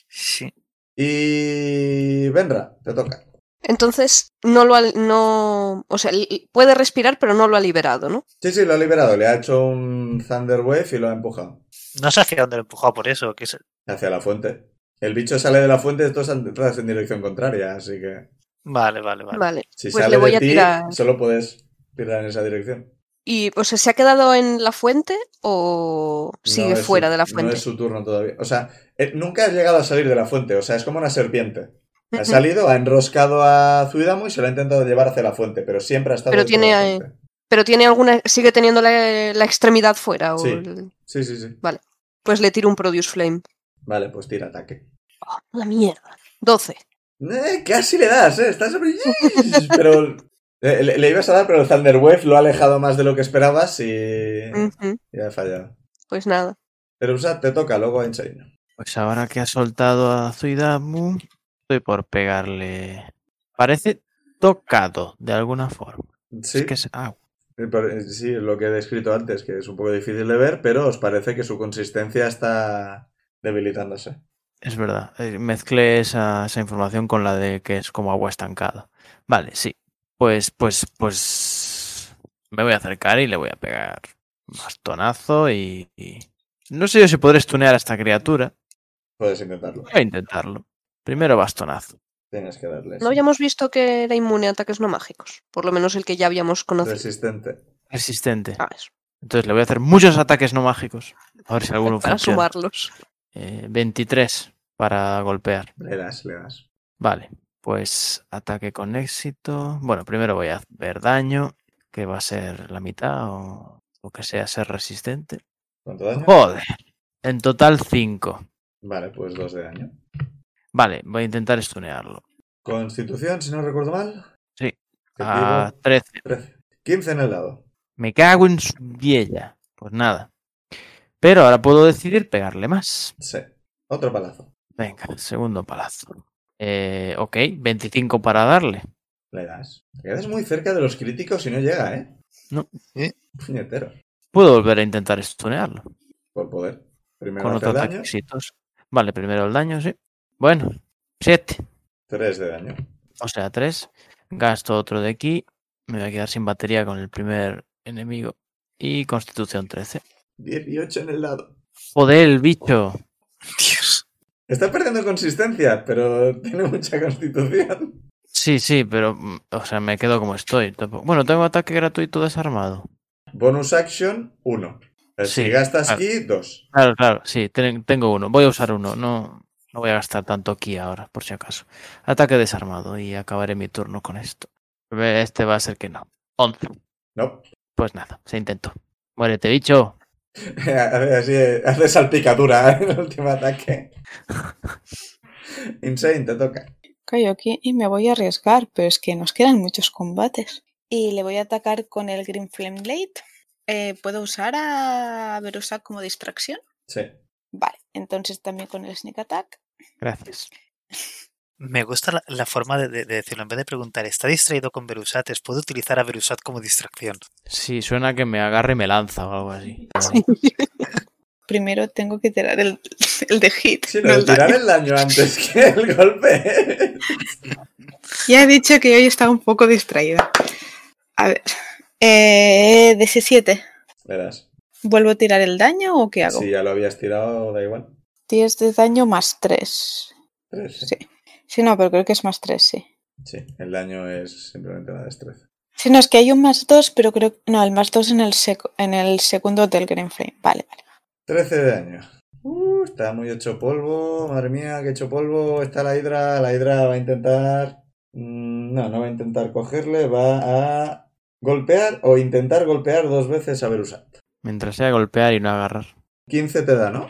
D: Sí.
A: Y. Venra, te toca.
C: Entonces, no lo ha, no, o sea, li- puede respirar, pero no lo ha liberado, ¿no?
A: Sí, sí, lo ha liberado, le ha hecho un Thunder Wave y lo ha empujado
D: No sé hacia dónde lo he empujado por eso. Que es-
A: hacia la fuente. El bicho sale de la fuente, estos han- todas en dirección contraria, así que
D: Vale, vale, vale.
C: Vale.
A: si
C: Pues
A: sale
C: le voy
A: de
C: a
A: ti,
C: tirar.
A: solo puedes tirar en esa dirección.
C: Y, o sea, ¿se ha quedado en la fuente o sigue
A: No es su-
C: fuera de la
A: No
C: fuente?
A: es su turno todavía. O sea, eh, nunca ha llegado a salir de la fuente, o sea, es como una serpiente.
C: Mm,
A: Ha salido, ha enroscado a Zuidamo y se lo ha intentado llevar hacia la fuente, pero siempre ha estado
C: Pero
A: dentro de
C: tiene,
A: la
C: eh,
A: fuente.
C: Pero tiene alguna, sigue teniendo la, la extremidad fuera. o
A: Sí.
C: el-
A: Sí, sí, sí.
C: pues le tiro un Produce Flame.
A: Vale, pues tira ataque.
C: La mierda. 12.
A: Eh, casi le das, eh. Estás sobre- Pero. eh, le, le ibas a dar, pero el Thunder Wave lo ha alejado más de lo que esperabas y.
B: Mm.
C: Ujú.
A: Y ha fallado.
C: Pues nada.
A: Pero usa, te toca, luego Einstein.
B: Pues ahora que ha soltado a Zuidamu, estoy por pegarle. Parece tocado de alguna forma.
A: Sí,
B: Es que es agua.
A: eh, pero, eh, sí, lo que he descrito antes, que es un poco difícil de ver, pero os parece que su consistencia está debilitándose.
B: Es verdad. eh, Mezclé esa, esa información con la de que es como agua estancada. Vale, sí. Pues, pues, pues. Me voy a acercar y le voy a pegar bastonazo y. y- No sé yo si podré stunear a esta criatura.
A: Puedes intentarlo.
B: Voy a intentarlo. Primero bastonazo.
A: Tienes que darle.
C: No
A: sí.
C: habíamos visto que era inmune a ataques no mágicos. Por lo menos el que ya habíamos
A: Pues
C: conocido.
A: Resistente.
B: Resistente.
C: Ah, eso,
B: Entonces le voy a hacer muchos ataques no mágicos. A ver si alguno
C: para
B: funciona.
C: sumarlos.
B: Eh, 23 para golpear.
A: Le das, le das.
B: Vale, pues ataque con éxito. Bueno, primero voy a ver daño, que va a ser la mitad o lo que sea, ser resistente.
A: ¿Cuánto daño?
B: Joder, en total 5.
A: Vale, pues dos de daño.
B: Vale, voy a intentar stunearlo.
A: Constitución, si no recuerdo mal.
B: Sí. Ah,
A: Te
B: A
A: digo,
B: 13.
A: 13. 15 en el lado.
B: Me cago en su vieja. Pues nada. Pero ahora puedo decidir pegarle más.
A: Sí. Otro palazo.
B: Venga, segundo palazo. Eh, ok, 25 para darle.
A: Le das. Te quedas muy cerca de los críticos y no llega, ¿eh?
B: No.
D: Sí.
A: Puñetero.
B: Puedo volver a intentar stunearlo.
A: Por poder. Primero
B: con
A: hace
B: otro ataque
A: daño.
B: exitoso. Vale, primero el daño, sí. Bueno, 7.
A: 3 de daño.
B: O sea, 3. Gasto otro de aquí. Me voy a quedar sin batería con el primer enemigo. Y constitución 13.
A: 18 en el lado.
B: Joder, el bicho.
D: Dios.
A: Está perdiendo consistencia, pero tiene mucha constitución.
B: Sí, sí, pero. mm, O sea, me quedo como estoy. Tampoco- Bueno, tengo ataque gratuito desarmado.
A: Bonus action, 1. Si
B: Sí,
A: gastas
B: claro.
A: aquí, 2.
B: Claro, claro, sí, ten- tengo uno. Voy a usar uno. No, no voy a gastar tanto aquí ahora, por si acaso. Ataque desarmado y acabaré mi turno con esto. Este va a ser que no. 11.
A: No.
B: Pues nada, se intentó. Muérete, bicho.
A: A ver, así eh, hace salpicadura en el último ataque. Insane, te toca.
F: Caigo aquí y me voy a arriesgar, pero es que nos quedan muchos combates. Y le voy a atacar con el Green Flame Blade.
E: Eh, ¿Puedo usar a Verusa como distracción?
A: Sí.
F: Vale, entonces también con el Sneak Attack.
B: Gracias.
D: Me gusta la, la forma de, de- de decirlo. En vez de preguntar, ¿está distraído con Berusat? ¿Es puedo utilizar a Berusat como distracción?
B: Sí, suena que me agarre y me lanza o algo así.
F: Primero tengo que tirar el, el de hit.
A: Sí,
F: no
A: pero
F: el daño.
A: tirar el daño antes que el golpe.
F: Ya he dicho que hoy estaba un poco distraída. A ver. Eh, 17.
A: Verás.
F: ¿Vuelvo a tirar el daño o qué hago?
A: Si ya lo habías tirado, da igual.
F: 10 de daño más 3.
A: Tres, sí.
F: Sí. Sí, no, pero creo que es más 3, sí.
A: Sí, el daño es simplemente la destreza.
F: Sí, no, es que hay un más 2, pero creo No, el más 2 en el, seco- en el segundo del Green Flame. Vale, vale.
A: 13 de daño. Uh, está muy hecho polvo. Madre mía, que hecho polvo. Está la hidra. La hidra va a intentar... mm, No, no va a intentar cogerle. Va a golpear o intentar golpear dos veces a Berusat.
B: Mientras sea golpear y no agarrar.
A: 15 te da, ¿no?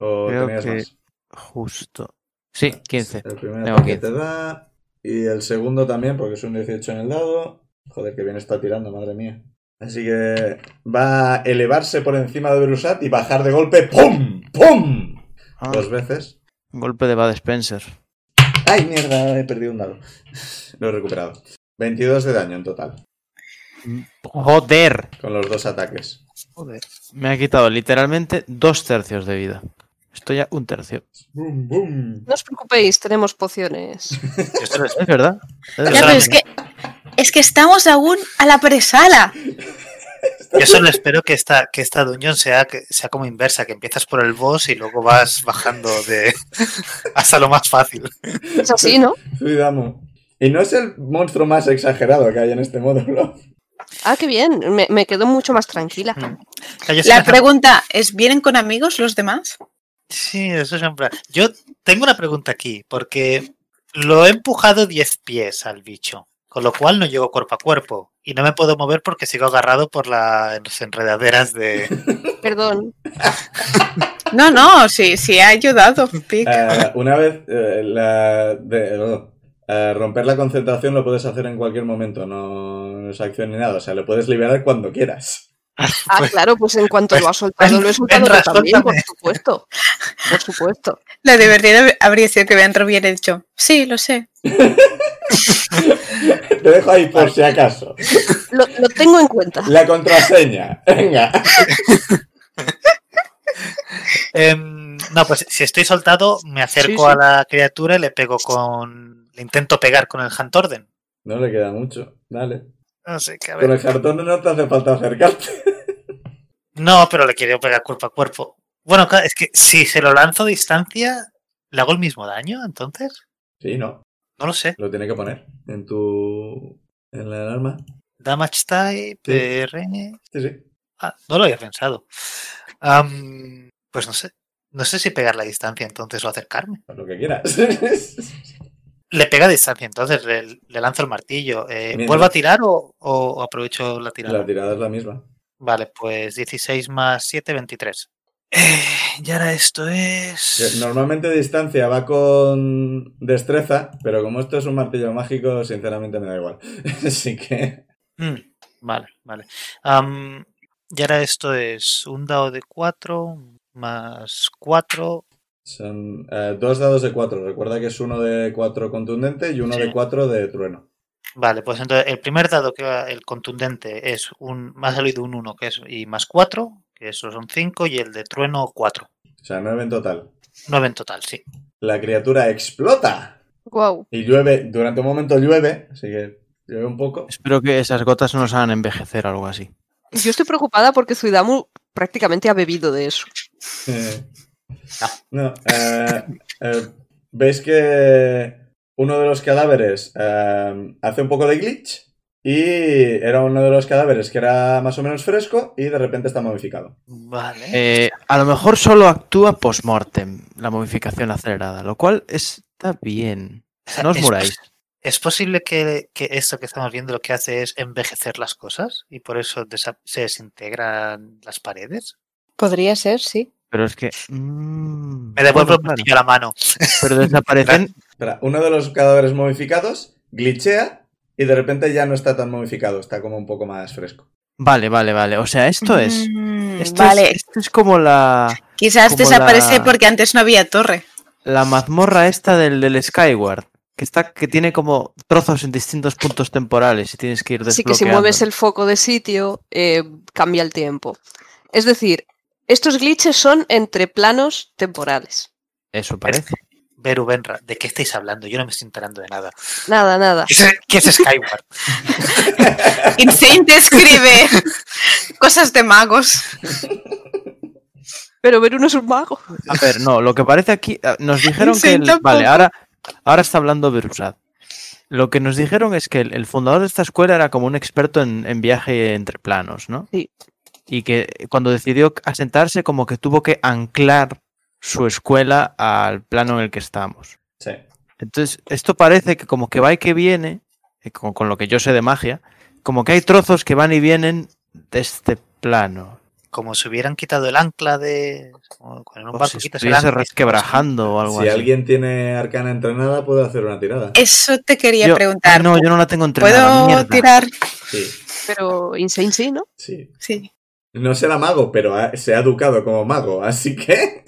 A: ¿O
B: Creo
A: tenías
B: que-
A: más?
B: Justo. Sí, 15.
A: El primer
B: Tengo
A: ataque
B: 15.
A: te da. Y el segundo también, porque es un 18 en el dado. Joder, que bien está tirando, madre mía. Así que va a elevarse por encima de Berusat y bajar de golpe. ¡Pum! ¡Pum!
B: Ah,
A: Dos veces.
B: un golpe de Bad Spencer.
A: ¡Ay, mierda! He perdido un dado. Lo he recuperado. 22 de daño en total,
B: ¡Joder!
A: con los dos ataques.
D: Joder.
B: Me ha quitado literalmente dos tercios de vida. Estoy a un tercio.
A: ¡Bum, bum!
C: No os preocupéis, tenemos pociones.
D: Yo solo-
B: Es verdad. Es
D: Yo
B: verdad.
E: Ya, pero es que, es que estamos aún a la presala.
D: Yo solo espero que esta, que esta dungeon sea, que sea como inversa, que empiezas por el boss y luego vas bajando de hasta lo más fácil.
C: Es así, ¿no?
A: Zuidamo. Y no es el monstruo más exagerado que hay en este módulo.
C: Ah, qué bien. Me, me quedo mucho más tranquila.
D: O sea, yo
E: La
D: siempre-
E: pregunta es, ¿vienen con amigos los demás?
D: Sí, eso es en plan. Yo tengo una pregunta aquí, porque lo he empujado 10 pies al bicho, con lo cual no llego cuerpo a cuerpo y no me puedo mover porque sigo agarrado por las enredaderas de.
C: Perdón.
E: No, no, sí, sí ha ayudado, Pic.
A: Eh, una vez eh, la- de- no, eh, romper la concentración lo puedes hacer en cualquier momento, no, no es acción ni nada, o sea, lo puedes liberar cuando quieras.
C: Ah,
D: Pues-
C: claro, pues en cuanto lo has soltado, lo he soltado
D: Venra,
C: yo también, por
D: suéltame.
C: supuesto. Por supuesto.
E: La divertida habría sido que Benro hubiera dicho, sí, lo sé.
A: Te dejo ahí por si acaso.
C: Lo, lo tengo en cuenta.
A: La contraseña, venga.
D: Em, no, pues si estoy soltado, me acerco a la criatura y le pego con. Le intento pegar con el Hantorden.
A: No le queda mucho, dale.
D: No sé, que a ver.
A: Con el cartón no te hace falta acercarte.
D: No, pero le quiero pegar cuerpo a cuerpo. Bueno, claro, es que si se lo lanzo a distancia, ¿le hago el mismo daño entonces?
A: Sí, no,
D: No lo sé.
A: lo tiene que poner en tu... en la alarma.
D: Damage type,
A: Sí.
D: PRN.
A: Sí, sí.
D: Ah, no lo había pensado. Am, pues no sé. No sé si pegar la distancia entonces o acercarme.
A: Haz Lo que quieras.
D: Le pega a distancia entonces, le, le lanzo el martillo. Eh,
A: Mientras-
D: ¿Vuelvo a tirar o, o- o aprovecho la tirada?
A: La tirada es la misma.
D: Vale, pues 16 más 7, 23. Eh, y ahora esto
A: Que
D: es...
A: Eh, Normalmente distancia va con destreza, pero como esto es un martillo mágico, sinceramente me da igual. Así que
D: Mm, vale, vale. Am, y ahora esto es un dado de 4 más 4.
A: son eh, dos dados de cuatro. Recuerda que es uno de cuatro contundente y uno
D: Sí.
A: de cuatro de trueno.
D: Vale, pues entonces el primer dado que va, el contundente es un... Me ha salido un 1 que es, y más 4, que eso son 5, y el de trueno 4.
A: O sea, nueve en total.
D: 9 en total, sí.
A: La criatura explota
C: Wow.
A: y llueve. Durante un momento llueve, así que llueve un poco.
B: Espero que esas gotas no nos hagan envejecer o algo así.
C: Yo estoy preocupada porque Zuidamu prácticamente ha bebido de eso.
A: Eh, no, eh, eh, veis que uno de los cadáveres eh, hace un poco de glitch y era uno de los cadáveres que era más o menos fresco y de repente está modificado.
D: Vale.
B: Eh, a lo mejor solo actúa post-mortem, la momificación acelerada, lo cual está bien. No os
D: Es-
B: muráis.
D: ¿Es posible que, que esto que estamos viendo lo que hace es envejecer las cosas y por eso desa- se desintegran las paredes?
F: Podría ser, sí.
B: Pero es que. mm,
D: Me devuelvo el
B: bueno, claro,
D: platillo a la mano.
B: Pero desaparecen.
A: Espera, uno de los cadáveres momificados glitchea y de repente ya no está tan momificado, está como un poco más fresco.
B: Vale, vale, vale. O sea, esto es.
F: Mm,
B: Esto,
F: vale,
B: es, esto es como la,
F: quizás
B: como
F: desaparece
B: la-
F: porque antes no había torre.
B: la mazmorra esta del, del Skyward. Que, está, que tiene como trozos en distintos puntos temporales y tienes que ir
C: Así que si
B: desbloqueando.
C: mueves el foco de sitio, eh, cambia el tiempo. Es decir, estos glitches son entre planos temporales.
B: Eso parece.
D: Beru Benra, ¿de qué estáis hablando? Yo no me estoy enterando de nada.
C: Nada, nada.
D: ¿Qué es, qué es Skyward?
E: Insane te escribe cosas de magos.
C: Pero Beru no es un mago.
B: A ver, no, lo que parece aquí. ah, Nos dijeron
F: Sí,
B: que. el-
F: tampoco.
B: vale, ahora, ahora está hablando Berusad. Lo que nos dijeron es que el, el fundador de esta escuela era como un experto en, en viaje entre planos, ¿no?
C: Sí.
B: Y que cuando decidió asentarse, como que tuvo que anclar su escuela al plano en el que estamos.
A: Sí.
B: Entonces, esto parece que como que va y que viene, eh, con, con lo que yo sé de magia, como que hay trozos que van y vienen de este plano.
D: Como si hubieran quitado el ancla de. como Cuando en un
B: O
D: barco
B: Pues si
D: quitas el
B: estuviese
D: ancla.
B: resquebrajando o algo
A: Si
B: así.
A: alguien tiene arcana entrenada, puede hacer una tirada.
E: Eh.
F: Eso te quería
B: Yo-
F: preguntar.
B: ah, no, yo no la tengo entrenada.
F: ¿Puedo
B: mierda.
F: tirar?
A: Sí,
C: Pero Insane sí, ¿no?
A: sí.
F: Sí.
A: No será mago, pero ha- se ha educado como mago, así que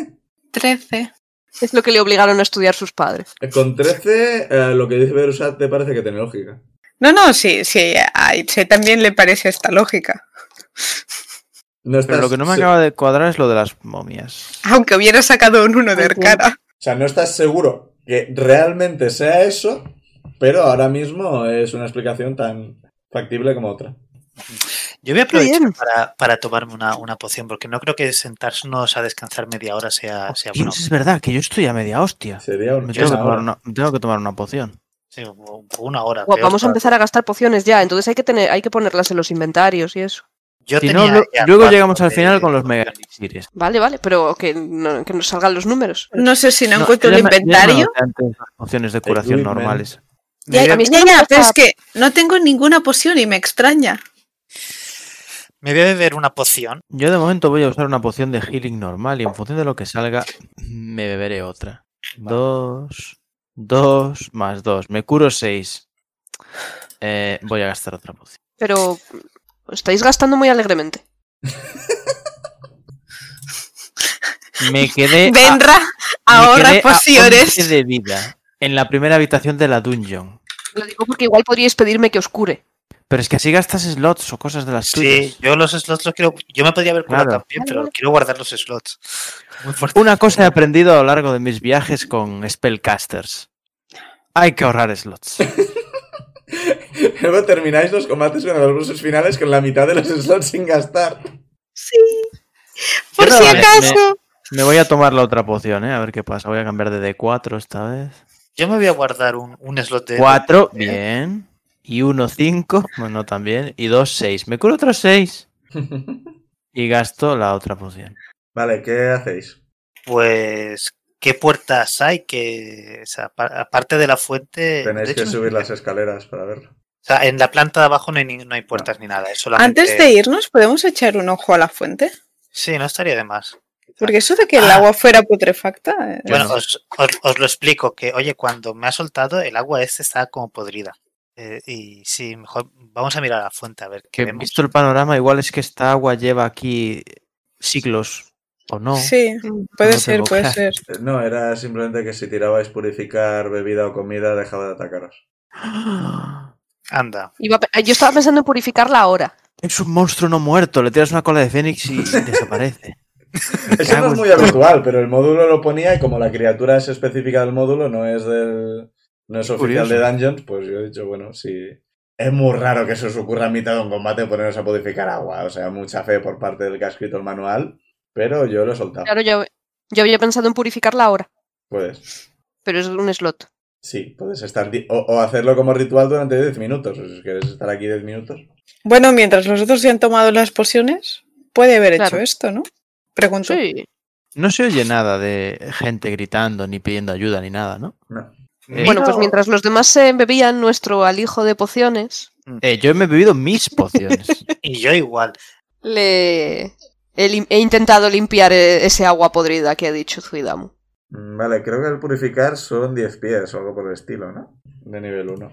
F: 13.
C: Es lo que le obligaron a estudiar sus padres.
A: con 13 eh, lo que dice Berusat te parece que tiene lógica.
F: No, no, sí, sí, a Itse también le parece esta lógica.
A: No estás,
B: Pero lo que no me
A: se-
B: acaba de cuadrar es lo de las momias.
F: Aunque hubiera sacado un 1 de arcana.
A: O sea, no estás seguro que realmente sea eso, pero ahora mismo es una explicación tan factible como otra.
D: Yo voy a aprovechar
C: bien.
D: para, para tomarme una, una poción, porque no creo que sentarnos a descansar media hora sea, sea
B: Oh,
D: Ah,
B: Dios,
D: bueno.
B: es verdad que yo estoy a media hostia.
A: Sería un-
B: Me tengo, que
A: una
B: tomar
A: hora.
B: una, me tengo que tomar una poción.
D: Sí, o- o una hora.
C: Guau,
D: peor
C: vamos a
D: para-
C: empezar a gastar pociones ya, entonces hay que tener, hay que ponerlas en los inventarios y eso.
D: Yo
B: Si no,
D: tenía
B: lo-
D: ya
B: luego
D: cuatro
B: llegamos al
D: de-
B: final con los mega elixires.
C: Vale, vale, pero que, no- que nos salgan los números.
F: No sé si no,
B: No,
F: encuentro
B: yo
F: el
B: me- yo me
F: inventario.
B: anoté antes las pociones de curación
A: Equipment.
B: normales.
D: Me voy,
C: ya-
D: a,
C: a mí-
F: Ya,
C: no me
F: ya, pero
C: pasa-
F: es que no tengo ninguna poción y me extraña.
D: me voy a beber una poción.
B: Yo de momento voy a usar una poción de healing normal y en función de lo que salga me beberé otra. Dos, dos más dos. Me curo seis. Eh, voy a gastar otra poción.
C: Pero estáis gastando muy alegremente.
B: Me quedé a-
F: Vendrá
B: Eh, ah, me
F: ahora
B: quedé a
F: pociones.
B: 11 de vida en la primera habitación de la dungeon.
C: Lo digo porque igual podríais pedirme que os cure.
B: Pero es que así gastas slots o cosas de las
D: Sí,
B: tuyas.
D: yo los slots los quiero. Yo me podría haber curado
B: Claro.
D: también,
C: Vale,
D: pero
C: vale.
D: quiero guardar los slots. Muy fuerte.
B: Una cosa he aprendido a lo largo de mis viajes con spellcasters. Hay que ahorrar slots.
A: Luego termináis los combates con los bosses finales con la mitad de los slots sin gastar.
F: Por
B: Yo
F: si
B: no, me-
F: acaso.
B: Me voy a tomar la otra poción, ¿eh? A ver qué pasa. Voy a cambiar de D4 esta vez.
D: Yo me voy a guardar un, un slot de.
B: 4, bien. Y 1, 5, bueno, también. Y 2, 6. Me curo otros 6 y gasto la otra poción.
A: vale, ¿qué hacéis?
D: Pues, ¿qué puertas hay? Que, o sea, pa- aparte de la
B: Eh,
D: fuente.
A: Tenéis
D: de hecho,
A: que
D: no-
A: subir las escaleras para verlo.
D: O sea, en la planta de abajo no hay, ni- no hay puertas ni nada. es solamente-
F: Antes de irnos, ¿podemos echar un ojo a la fuente?
D: Sí, no estaría de más.
F: Porque eso de que el
D: Ah.
F: agua fuera putrefacta. eh,
D: Bueno,
B: no.
D: os, os- os lo explico, que oye, cuando me ha soltado, el agua este estaba como podrida. Eh, y sí, mejor vamos a mirar a la fuente a ver qué
B: Que
D: vemos.
B: visto el panorama, igual es que esta agua lleva aquí siglos o no.
F: Sí, puede
B: No
F: ser,
B: tengo
F: puede
B: claro.
F: ser.
A: Eh, No, era simplemente que si tirabais purificar bebida o comida, dejaba de atacaros.
D: Anda.
C: Iba a pe- ah, yo estaba pensando en purificarla ahora.
B: Es un monstruo no muerto. Le tiras una cola de fénix y desaparece.
A: Eso no
B: cago
A: es
B: en
A: muy
B: todo.
A: habitual, pero el módulo lo ponía y como la criatura es específica del módulo, no es del. no es oficial
B: Curioso.
A: de Dungeons, pues yo he dicho, bueno, sí. Es muy raro que se os ocurra en mitad de un combate poneros a purificar agua. O sea, mucha fe por parte del que ha escrito el manual, pero yo lo he soltado.
C: Claro, yo, yo había pensado en purificarla ahora,
A: Puedes.
C: pero es un slot.
A: Sí, puedes estar. di- O, o hacerlo como ritual durante 10 minutos. O si quieres estar aquí 10 minutos.
F: Bueno, mientras los otros se han tomado las pociones, puede haber
C: Claro.
F: hecho esto, ¿no? Pregunto.
C: Sí.
B: No se oye nada de gente gritando ni pidiendo ayuda ni nada, ¿no?
A: No.
B: Eh,
C: Bueno, pues mientras los demás se bebían nuestro alijo de pociones,
B: pues eh, yo me he bebido mis pociones.
D: Y yo igual.
C: le He, lim- he intentado limpiar eh, ese agua podrida que ha dicho Zuidamu.
A: Mm, Vale, creo que el purificar son 10 pies o algo por el estilo, ¿no? De nivel 1.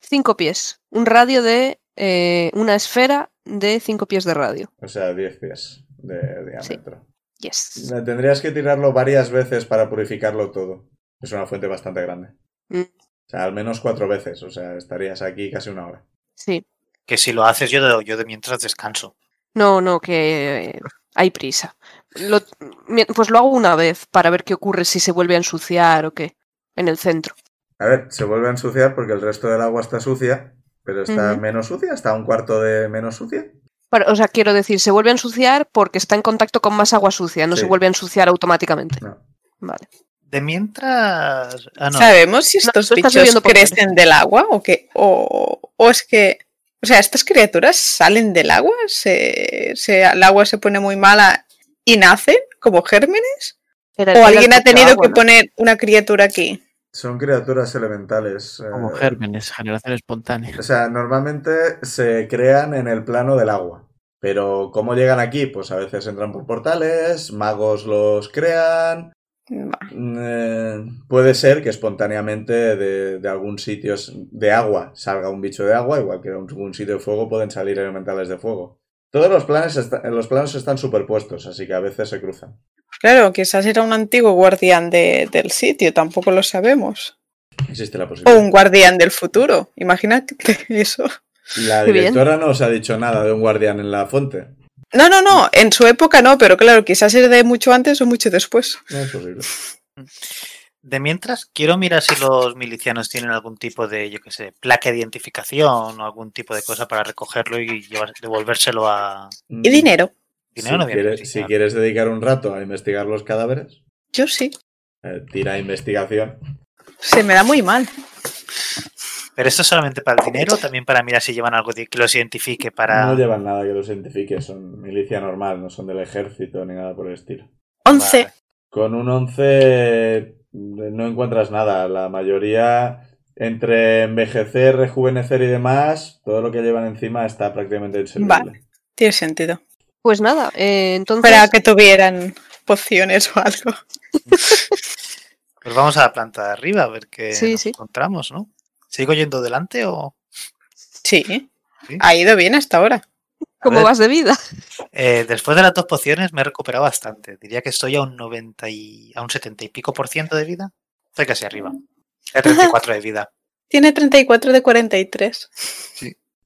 C: Cinco pies. Un radio de. eh, una esfera de cinco pies de radio.
A: O sea, 10 pies de diámetro.
C: Yes.
A: Le Tendrías que tirarlo varias veces para purificarlo todo. Es una fuente bastante grande.
C: Mm.
A: O sea, al menos cuatro veces. O sea, estarías aquí casi una hora.
C: Sí.
D: Que si lo haces, yo de, yo de mientras descanso.
C: No, no, que eh, hay prisa. Lo- mi- pues lo hago una vez para ver qué ocurre si se vuelve a ensuciar o qué. En el centro.
A: A ver, se vuelve a ensuciar porque el resto del agua está sucia, pero está
C: Ujú.
A: menos sucia, está un cuarto de menos sucia.
C: Para- o sea, quiero decir, se vuelve a ensuciar porque está en contacto con más agua sucia, no
A: Sí.
C: se vuelve a ensuciar automáticamente.
A: No.
C: Vale.
D: De mientras. Ah, no.
E: ¿Sabemos si estos
C: tú estás
E: bichos
C: bebiendo por
E: crecen del agua o que o, o es que o sea, estas criaturas salen del agua, se, se- el agua se pone muy mala y nacen como gérmenes
C: Era-
E: o
C: era el
E: alguien ha
C: propio
E: tenido
C: agua,
E: que
C: ¿no?
E: poner una criatura aquí.
A: Son criaturas elementales. eh,
B: Como gérmenes, generación espontánea.
A: O sea, normalmente se crean en el plano del agua. Pero ¿cómo llegan aquí? Pues a veces entran por portales, magos los crean.
E: Va.
A: eh, puede ser que espontáneamente de, de algún sitio s- de agua salga un bicho de agua, igual que de algún sitio de fuego pueden salir elementales de fuego. Todos los planes, esta- los planos están superpuestos, así que a veces se cruzan.
E: Claro, quizás era un antiguo guardián de- del sitio, tampoco lo sabemos.
A: Existe la
E: O
A: posibilidad.
E: un guardián del futuro, imagínate eso.
A: La
C: Muy bien.
A: directora no os ha dicho nada de un guardián en la fuente.
E: No, no, no, en su época no, pero claro, quizás era de mucho antes o mucho después.
A: No es posible.
D: De mientras, quiero mirar si los milicianos tienen algún tipo de, yo qué sé, placa de identificación o algún tipo de cosa para recogerlo y llevar- devolvérselo a.
E: Y
C: Mm.
E: dinero,
D: Dinero no
A: Mm, si,
D: dinero,
A: quieres,
D: sí,
A: si
D: claro.
A: quieres dedicar un rato a investigar los cadáveres,
E: yo sí.
A: eh, tira investigación.
E: Se me da muy mal.
D: Pero esto es solamente para el dinero, o también para mirar si llevan algo de- que los identifique para.
A: No llevan nada que los identifique, son milicia normal, no son del ejército ni nada por el estilo.
E: 11.
D: Vale.
A: Con un 11 no encuentras nada, la mayoría entre envejecer, rejuvenecer y demás, todo lo que llevan encima está prácticamente inservible.
E: Vale. Tiene sentido.
C: Pues nada, eh, entonces.
E: Para que tuvieran pociones o algo.
D: Pues vamos a la planta de arriba a ver qué
C: Sí,
D: nos
C: sí.
D: encontramos, ¿no? ¿Sigo yendo delante o.?
E: Sí.
D: Sí.
E: Ha ido bien hasta ahora.
D: A
C: ¿Cómo
D: ver,
C: vas de vida?
D: eh, después de las dos pociones me he recuperado bastante. Diría que estoy a un 90 y. a un 70 y pico por ciento de vida. Estoy casi arriba. A 34 de vida.
E: Tiene 34 de 43.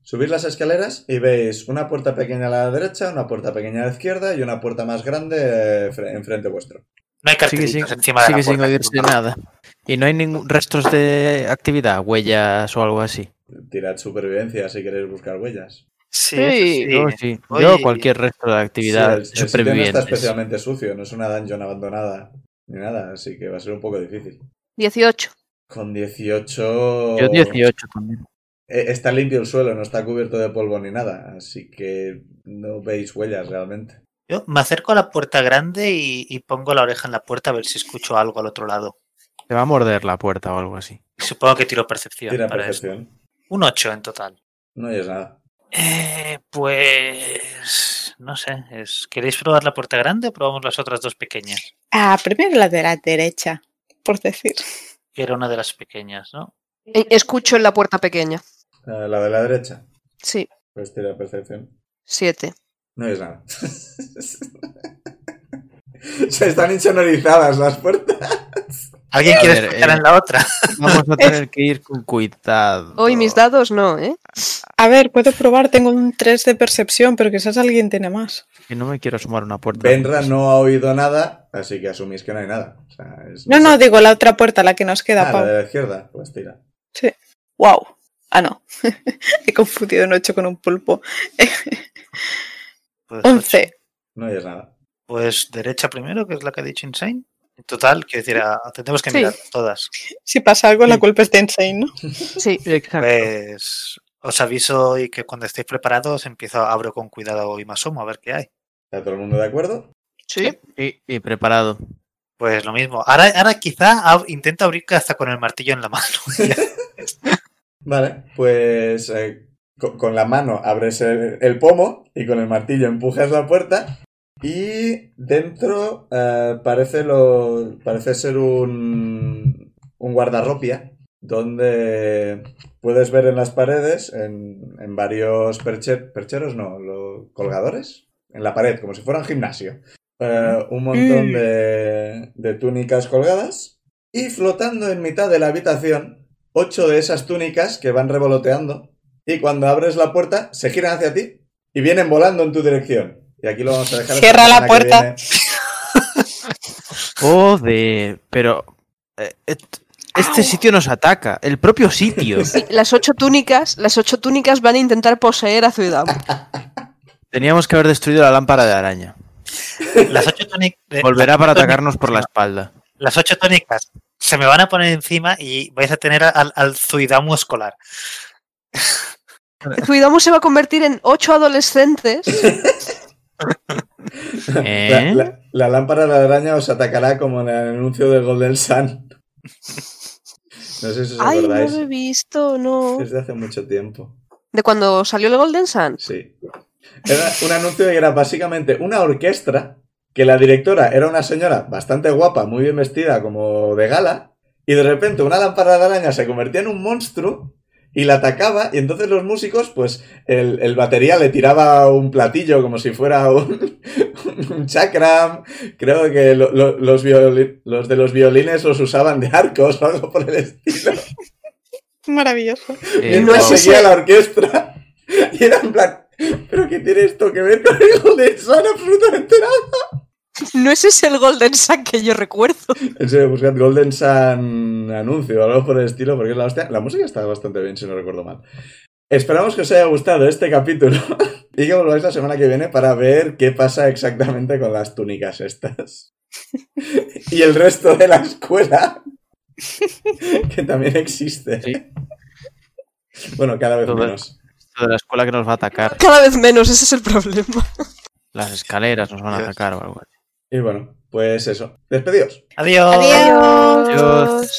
A: Subís las escaleras y veis una puerta pequeña a la derecha, una puerta pequeña a la izquierda y una puerta más grande eh, fre- enfrente vuestro.
D: No hay
B: Sigue
D: cartelitos
B: sin,
D: encima de
B: sigue
D: la
B: sin
D: puerta.
B: oírse nada. Y no hay ningún restos de actividad, huellas o algo así.
A: Tirad supervivencia si queréis buscar huellas.
D: Sí,
C: Sí.
D: eso sí.
B: Yo sí. Yo
D: Oye.
B: cualquier resto de actividad
A: Sí, el- el sitio no está
B: supervivientes.
A: especialmente sucio, no es una dungeon abandonada ni nada, así que va a ser un poco difícil.
C: 18.
A: Con 18...
B: Yo 18 también.
A: Eh, Está limpio el suelo, no está cubierto de polvo ni nada, así que no veis huellas realmente.
D: Yo me acerco a la puerta grande y, y pongo la oreja en la puerta a ver si escucho algo al otro lado.
B: Te va a morder la puerta o algo así.
D: Y supongo que tiro percepción.
A: Tira
D: para esto.
A: percepción.
D: Un 8 en total.
A: No oyes nada.
D: Eh, pues. No sé. es- ¿Queréis probar la puerta grande o probamos las otras dos pequeñas?
E: Ah, primero la de la derecha, por decir.
D: Que era una de las pequeñas, ¿no?
C: Eh, Escucho en la puerta pequeña.
A: Eh, la de la derecha.
C: Sí,
A: Pues tira percepción.
C: 7.
A: No oyes nada. Se están insonorizadas las puertas.
D: ¿Alguien
B: A
D: quiere
B: ver,
D: escuchar
B: eh.
D: en la otra?
B: Vamos a tener que ir con cuidado.
C: Hoy mis dados no, ¿eh?
E: A ver, puedo probar. Tengo un 3 de percepción, pero quizás alguien tiene más.
B: Que no me quiero sumar a una puerta.
A: Benra no ha oído nada, así que asumís que no hay nada. O sea, es-
E: No, no, digo la otra puerta, la que nos queda,
A: Ah,
E: Pau.
A: la de la izquierda, pues tira.
E: Wow. Ah, no. He confundido un 8 con un pulpo.
D: Pues,
E: 11.
A: No oyes nada.
D: pues derecha primero, que es la que ha dicho Insane. En total, quiero decir, a- tenemos que
C: Sí.
D: mirar todas.
E: Si pasa algo, la
B: Sí.
E: culpa es de Insane, ¿no?
C: Sí.
B: Exacto.
D: Pues os aviso y que cuando estéis preparados empiezo, abro con cuidado y me asomo a ver qué hay.
A: ¿Está todo el mundo de acuerdo?
C: Sí.
B: Y, y preparado.
D: Pues lo mismo. Ahora, ahora quizá ab- intento abrir hasta con el martillo en la mano.
A: Vale, pues eh, co- con, la mano abres el, el pomo y con el martillo empujas la puerta Y dentro eh, parece, lo, parece ser un, un guardarropia donde puedes ver en las paredes, en, en varios perche- percheros, no, lo- colgadores, en la pared, como si fuera un gimnasio. Eh, un montón
F: Mm.
A: de, de túnicas colgadas y flotando en mitad de la habitación, ocho de esas túnicas que van revoloteando y cuando abres la puerta se giran hacia ti y vienen volando en tu dirección. Y aquí lo vamos a dejar. hasta
F: Cierra la
A: semana que
F: puerta.
A: viene.
B: Joder, Oh, pero. eh, et- este sitio nos ataca, el propio sitio.
C: Sí, las ocho túnicas, las ocho túnicas van a intentar poseer a Ciudad.
B: Teníamos que haber destruido la lámpara de araña.
D: Las ocho, túnicas
A: Eh, ah,
B: Volverá para atacarnos por la espalda.
D: las ocho tónicas se me van a poner encima y vais a tener al, al Zuidamu escolar.
C: Zuidamu se va a convertir en ocho adolescentes.
A: La,
B: ¿Eh?
A: la- la lámpara de la araña os atacará como en el anuncio del Golden Sun. No sé si os
C: Ay, no
A: acordáis.
C: lo he visto, no.
A: Desde hace mucho tiempo.
C: De cuando salió el Golden Sun.
A: Sí. Era un anuncio que era básicamente una orquesta que la directora era una señora bastante guapa, muy bien vestida, como de gala, y de repente una lámpara de araña se convertía en un monstruo y la atacaba, y entonces los músicos, pues el, el batería le tiraba un platillo como si fuera un, un chakram, creo que lo- lo- los, violi- los de los violines los usaban de arcos o algo por el estilo.
F: Maravilloso.
B: Eh,
C: no
A: Mientras
C: es
B: wow.
C: ese-
A: seguía la orquesta. Y era en plan, ¿pero qué tiene esto que ver con el Golden Sun? Absolutamente nada.
C: No ese es el Golden Sun que yo recuerdo.
A: En serio, buscad Golden Sun anuncio o algo por el estilo, porque es la hostia. La música está bastante bien, si no recuerdo mal. Esperamos que os haya gustado este capítulo y que volváis la semana que viene para ver qué pasa exactamente con las túnicas estas. Y el resto de la escuela, que también existe.
B: Sí.
A: Bueno, cada vez
B: Todo-
A: menos.
B: Esto de la escuela que nos va a atacar.
C: Cada vez menos, ese es el problema.
B: Las escaleras nos van a
D: Dios.
B: atacar o algo.
A: Y bueno, pues eso. Despedidos.
D: Adiós.
E: Adiós.
B: Adiós.